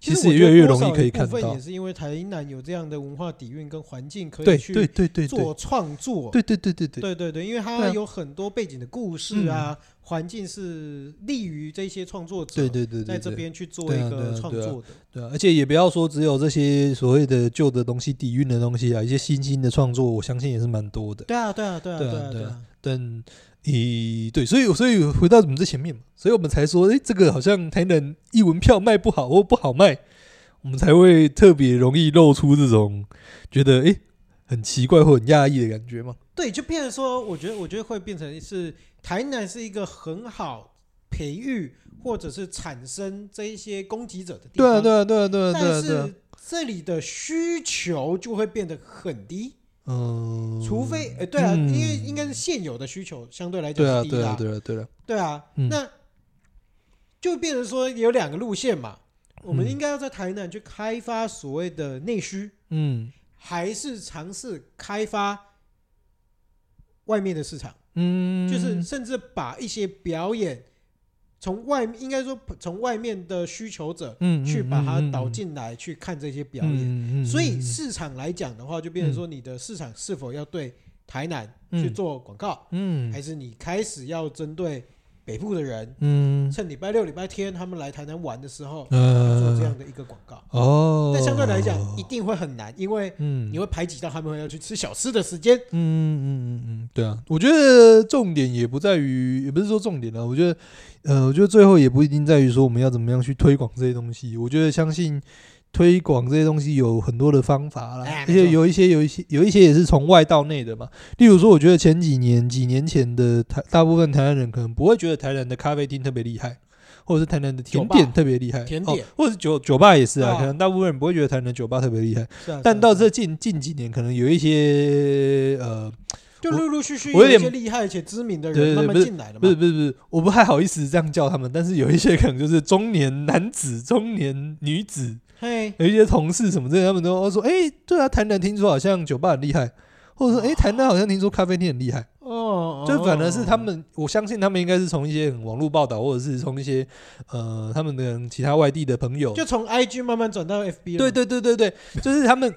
其实我也觉得越来越多容少易可以一部看分到也。是因为台南有这样的文化底蕴跟环境，可对以对去对对对做创作。对对对对对，对对对，因为它对啊有很多背景的故事啊，环境是利于这些创作者对对对对，在这边去做一对啊对个啊创对啊作的。对啊，而且也不要说只有这些所谓的旧的东西、底蕴的东西啊，一些新兴的创作，我相信也是蛮多的。对啊，对啊，对啊，对啊对啊，对啊对啊，但以对，所以所以回到我们这前面嘛，所以我们才说，哎，这个好像台南一文票卖不好或不好卖，我们才会特别容易露出这种觉得哎很奇怪或很讶异的感觉嘛。对，就变成说，我觉得，我觉得会变成是台南是一个很好培育或者是产生这一些攻击者的地对啊，方，对啊，对啊，对啊，对啊，但对啊是，这里的需求就会变得很低，嗯，除非，哎，对啊，因嗯为应该是现有的需求相对来讲对啊，是低对的啊，啊，对啊，对啊，对啊，嗯那就变成说有两个路线嘛，我们嗯应该要在台南去开发所谓的内需，嗯还是尝试开发外面的市场，嗯，就是甚至把一些表演从外，应该说从外面的需求者嗯去把它导进进来，去看这些表演。嗯所以市场来讲的话，就变成说你的市场是否要对台南去做广告，嗯还是你开始要针对北部的人，嗯趁礼拜六、礼拜天他们来台南玩的时候做这呃样的一个广告。哦，但相对来讲，一定会很难，因为嗯你会排挤到他们要去吃小吃的时间。嗯嗯嗯嗯，对啊，我觉得重点也不在于，也不是说重点了、我觉得，呃，我觉得最后也不一定在于说我们要怎么样去推广这些东西。我觉得相信推广这些东西有很多的方法啦，哎而没且错有一些有一些有一些也是从外到内的嘛。例如说，我觉得前几年几年前的台大部分台湾人可能不会觉得台南的咖啡厅特别厉害。或者是台南的甜酒吧点特别厉害，甜哦点或者是酒酒吧也是啊，哦可能大部分人不会觉得台南的酒吧特别厉害，是啊但到这近近几年，可能有一些呃，就我陆陆续续我有有一点些厉害且知名的对对人对慢不慢是进来了不嘛是。不是不是，我不太好意思这样叫他们，但是有一些可能就是中年男子、中年女子， *laughs* 嘿，有一些同事什么之类，他们都说，哎、对啊，台南听说好像酒吧很厉害，或者说，哎、台南好像听说咖啡厅很厉害，哦，就反而是他们，我相信他们应该是从一些网络报道，或者是从一些呃他们的其他外地的朋友，哦就从 IG 慢慢转到 FB 了嘛。对对对对对，就是他们。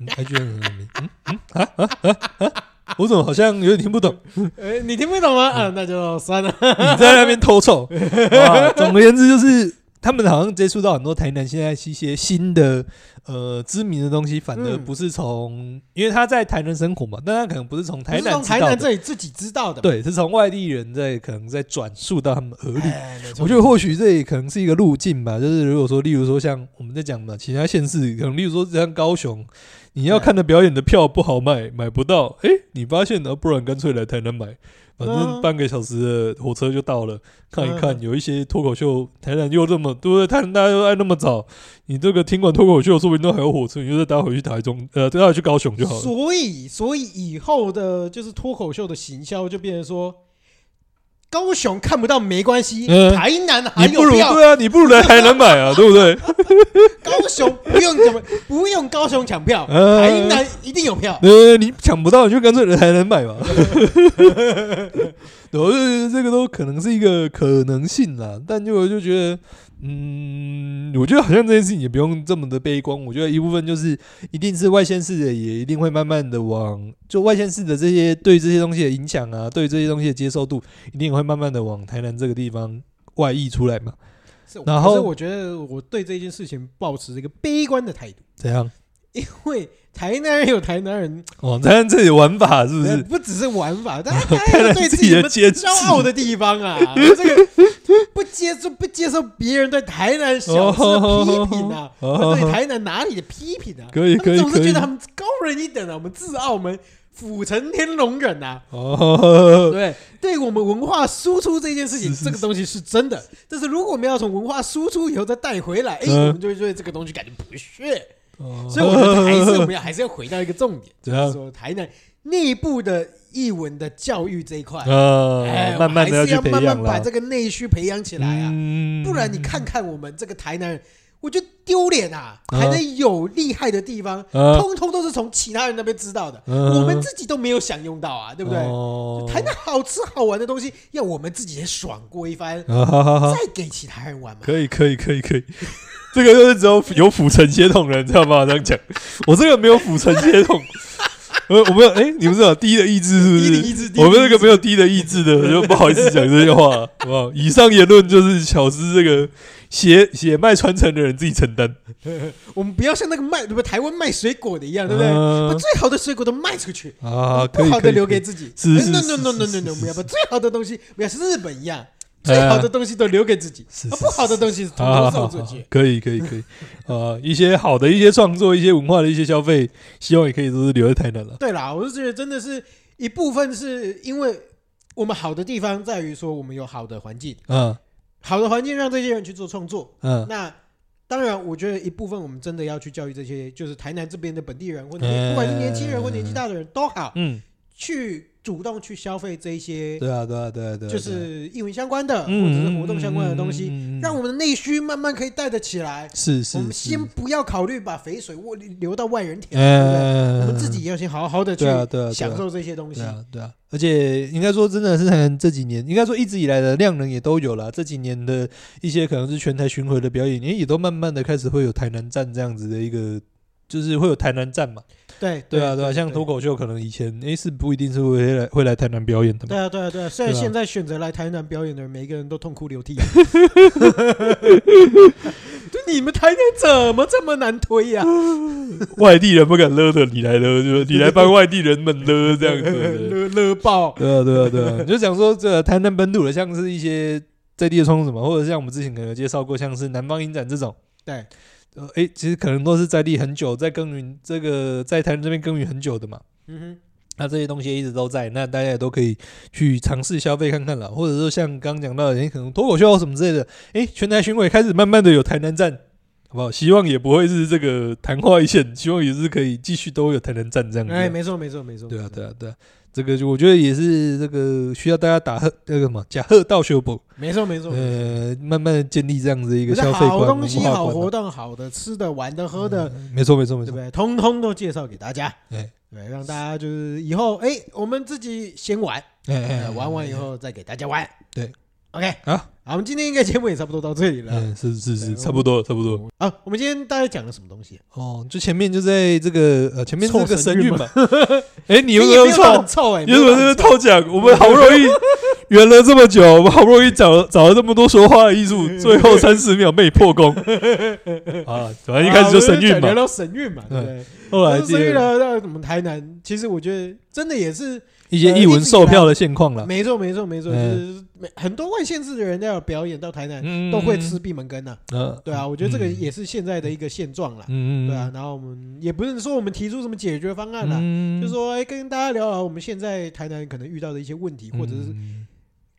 嗯 IG 嗯嗯嗯啊啊啊啊！我怎么好像有点听不懂？哎，你听不懂嗯吗？啊，那就算了。 *laughs* 你在那边偷臭。啊总而言之，就是他们好像接触到很多台南现在一些新的呃知名的东西，反而嗯不是从，因为他在台南生活嘛，但他可能不是从台不是南从知台道南的，这里自己知道的嘛。对，是从外地人在可能在转述到他们耳里。哎，没错我觉得或许这也可能是一个路径吧，就是如果说，例如说像我们在讲嘛，其他县市可能，例如说像高雄，你要对看的表演的票不好卖，买不到，诶，你发现了，啊不然干脆来台南买，反正嗯半个小时的火车就到了，看一看，嗯有一些脱口秀，台南又这么，对不对？台南大家又爱那么早，你这个听完脱口秀，说不定都还有火车，你就再搭回去台中，呃，再搭回去高雄就好了。所以，所以以后的就是脱口秀的行销就变成说，高雄看不到没关系，嗯台南还你不有如票，对啊，你不如来台南买啊，对不对？高雄不用怎么不用高雄抢票，嗯台南一定有票。呃，你抢不到，你就干脆来台南买 *laughs* 吧。对我就觉得这个都可能是一个可能性啦，但就我就觉得，嗯，我觉得好像这件事情也不用这么的悲观。我觉得一部分就是，一定是外县市的也一定会慢慢的往，就外县市的这些对这些东西的影响啊，对这些东西的接受度，一定会慢慢的往台南这个地方外溢出来嘛。是然后可是我觉得我对这件事情保持一个悲观的态度， *laughs* 怎样？因为台南人有台南人，哦，台 *laughs* 南这里玩法是不呃是？不只是玩法， *laughs* 但他还有对自自己己的的坚持骄 *laughs* 傲的地方啊，这个不接受不接受别人对台南小吃的批评啊，哦他对台南哪里的批评啊，可以他们可以总是可以觉得他们高人一等啊，我们自傲，我们府城天龙人啊， *laughs* 哦，对，对我们文化输出这件事情，是是这个东西是真的。但是如果我们要从文化输出以后再带回来，哎、嗯我们就会对这个东西感觉不屑。哦啊所以我觉得还是我们要还是要回到一个重 *laughs* 点，怎就样是说台南内部的译文的教育这一块，哎呃，，慢慢的我们还是去要培慢养慢啦把这个内需培养起来啊，嗯不然你看看我们这个台南人，我觉得丢脸啊！嗯台南有厉害的地方，嗯通通都是从其他人那边知道的，嗯我们自己都没有享用到啊，对不对？哦台南好吃好玩的东西，要我们自己也爽过一番，啊，好好好，再给其他人玩嘛。可以可以可以可以， *laughs* 这个就是只有有府城血统的人才有办法这样讲，我这个没有府城血 *laughs* 统。我我没有哎、你们知道低的意志是不低是？的意志低的我们这个没 *laughs* 有低的意志的，就不好意思讲这些话，好不好？以上言论就是小资这个血血脉传承的人自己承担，我们不要像那个卖，对不对？台湾卖水果的一样，对不对？把嗯最好的水果都卖出去，啊，可不以好可的以留可给以，自己。哎是是 no no 是 no no 是 no 是 no，是我要把最好的东西，不要像日本一样，最好的东西都留给自己，哎是啊，是不好的东西统统送出去。 *laughs* 可以可以可以，呃，一些好的一些创作、一些文化的一些消费，希望也可以都是留在台南了。对啦，我是觉得真的是一部分是因为我们好的地方在于说我们有好的环境，嗯好的环境让这些人去做创作。嗯那当然，我觉得一部分我们真的要去教育这些，就是台南这边的本地人，或者嗯不管是年轻人或年纪大的人都好，嗯，去主动去消费这一些对啊对啊对啊对啊，就是艺文相关的或者嗯是活动相关的东西，西让我们的内需慢慢可以带得起来。嗯是我是们先不要考虑把肥水流流到外人田，对不对嗯，我们自己要先好好的去对啊对啊对啊享受这些东西对。啊，对啊，而且应该说，真的是台南这几年，应该说一直以来的量能也都有了。这几年的一些可能是全台巡回的表演，也也都慢慢的开始会有台南站这样子的一个，就是会有台南站嘛。对对啊，对啊，像脱口秀可能以前诶是不一定是会来会来台南表演的对嘛。 *laughs* 啊，对啊，对啊！虽然对啊现在选择来台南表演的人，每一个人都痛哭 *laughs* 流涕。就你们台南怎么这么难推呀、外地人不敢勒的，你来 *laughs* 勒，就是你来帮外地人们勒这样子。对勒勒爆！对啊，对啊，对 *laughs* 啊，你就讲说这台南本土的，像是一些在地的创作什么，或者像我们之前可能有介绍过，像是南方影展这种。对，呃，哎、其实可能都是在地很久，在耕耘这个在台湾这边耕耘很久的嘛。嗯那这些东西一直都在，那大家也都可以去尝试消费看看了，或者说像刚刚讲到的，你可能脱口秀什么之类的，哎、全台巡回开始慢慢的有台南站，好不好？希望也不会是这个昙花一现，希望也是可以继续都有台南站这样哼，子。啊哎，没错，没错，没错。对啊，对啊，啊，对啊，这个就我觉得也是这个需要大家打贺那个什么假贺道修补，没错，没错。没错呃，慢慢地建立这样子一可个是消费观、好东西、文化好观啊活动、好的吃的、玩的、喝的，嗯没错没错没对错不，对？通通都介绍给大家，哎对，让大家就是以后，哎，我们自己先玩，哎哎哎，哎玩完以后再给大家玩。对，OK，好好，我们今天应该节目也差不多到这里了。嗯，是是对是，我差不多了，差不多了。啊，我们今天大概讲了什么东西？哦，就前面就在这个呃，前面这凑个神神韵韵嘛嘛。哎，你你有没也没有有到错很？臭哎、你怎么没有在这边到很臭偷讲？我们好不容易圆了这么久，我们好不容易找找了这么多说话的艺术，最后三十秒被 *laughs* 破功。啊，反正一开始就神韵啊好我们讲聊嘛。到神韵嘛，对不对？后来那这神韵啊聊个到我们台南，其实我觉得真的也是，一些呃译一文直以售来票的现况了，没错没错没错，就嗯是每很多外县市的人要表演到台南，嗯都会吃。闭门羹呐、呃，对啊，我觉得这个嗯也是现在的一个现状啦。嗯嗯，对啊，然后我们也不是说我们提出什么解决方案啦，嗯，就说哎跟大家聊聊我们现在台南可能遇到的一些问题，或者是嗯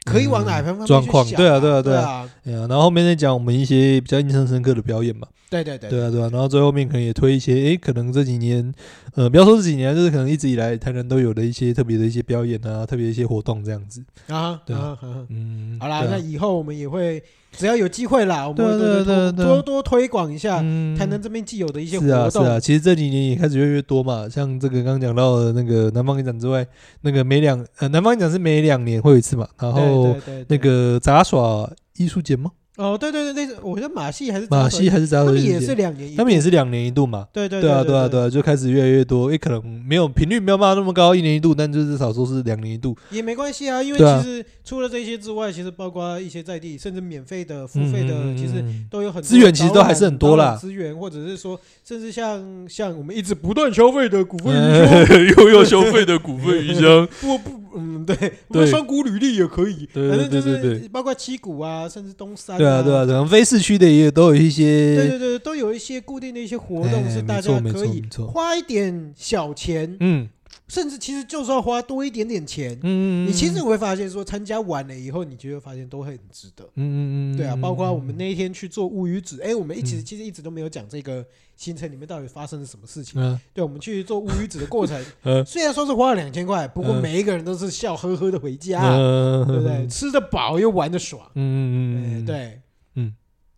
可以往哪方面去状况想对啊对啊对对啊啊，哎呀，然后后面再讲我们一些比较印象深刻的表演嘛。对对对对啊，对啊，然后最后面可能也推一些，诶，可能这几年，呃，不要说这几年，就是可能一直以来台南都有的一些特别的一些表演啊，特别的一些活动这样子。啊对啊啊啊啊嗯，好啦，对啊那以后我们也会，只要有机会啦，我们会对啊多对多啊对啊对啊多多推广一下嗯台南这边既有的一些是啊活是动。啊，其实这几年也开始越来越多嘛，像这个刚刚讲到的那个南方影展之外，那个每两呃南方影展是每两年会有一次嘛，啊然对后对对对那个杂耍艺术节吗？哦，对对对，那个我觉得马戏还是马戏，还是杂他耍们艺也术是节？两年一他们也是两年一度嘛。对对对啊，对啊，对对，啊，就开始越来越多，也可能没有频率没有办法那么高，一年一度，但就至少说是两年一度，也没关系啊，因为对啊其实除了这些之外，其实包括一些在地甚至免费的、 *laughs* 付费的，嗯其实。嗯都有很多资源其实都还是很多啦导览资源或者是说，甚至像像我们一直不断消费的股份嗯营 *laughs* 销，又要消费的股份鱼香，不不，嗯， *laughs* 对，我们双股履历也可以，对反正就对对是包括七股啊，甚至东山、 *laughs* 对啊对啊，啊，然后非市区的也都有一对些，对对，都有一些固定的一些活哎动是大家没错可以没错没错花一点小钱，嗯甚至其实就算花多一点点钱，嗯，你其实会发现说参加完了以后，你就会发现都会很值得。嗯嗯嗯，对啊，包括我们那那一天去做乌鱼子，哎，我们一直嗯其实一直都没有讲这个行程里面到底发生了什么事情。嗯对，我们去做乌鱼子的过程 *laughs* 嗯，虽然说是花了两千块，不过嗯每一个人都是笑呵呵的回家。嗯对不对？吃得饱又玩得爽，嗯嗯，嗯对，嗯。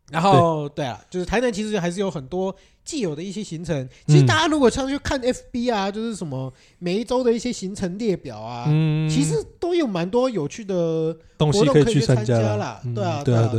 然后对啊，就是台南其实还是有很多既有的一些行程。其实嗯大家如果上去看 FB 啊，就是什么每一周的一些行程列表啊，嗯，其实都有蛮多有趣的。东西以去参对对啊啊对啊，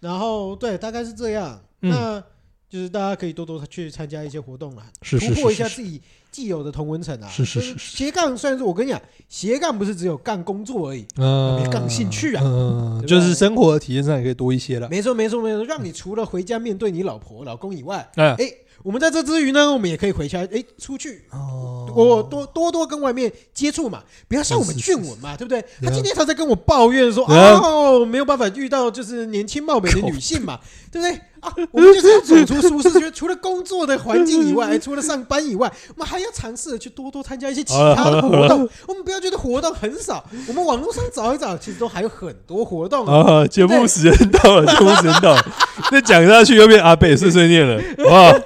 然后对，大概是这样。嗯那就是大家可以多多去参加一些活动啦，是是突破一啊是下是自己既有的同文层啊。是是是就是斜杠虽然说我跟你讲，斜杠不是只有干工作而已，嗯，杠兴趣啊嗯，对吧就是生活的体验上也可以多一些了。没错没错没错，让你除了回家面对你老婆老公以外，哎，哎，我们在这之余呢，我们也可以回家，哎，出去哦我多多多跟外面接触嘛，不要像我们是是俊文 *laughs* 嘛，对不对？对啊他今天他在跟我抱怨说，对啊哦，没有办法遇到就是年轻貌美的女性 *laughs* 嘛，对不对？啊，我们就是要走出舒适圈，除了工作的环境以 *laughs* 外，哎除了上班以外，我们还要尝试的去多多参加一些其他的活动。我们不要觉得活动很少，我们网络上找一找，其实都还有很多活动啊。啊，节目对时间到了，节目时间到 *laughs* 了，再讲下去又变阿北碎碎念 *laughs* 了，哇！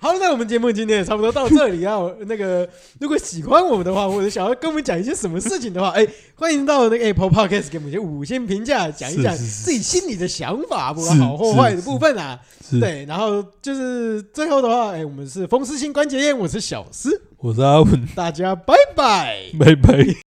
好，那我们节目今天也差不多到这里啊。我那个，如果喜欢我们的话，或者想要跟我们讲一些什么事情的话，哎，欢迎到那个 Apple Podcast 给我们一些五星评价，讲一讲是是是自己心里的想法，不是管好或坏的部分啊。是，对，然后就是最后的话，哎，我们是风湿性关节炎，我是小诗， *laughs* 我是阿文，大家拜拜。拜拜。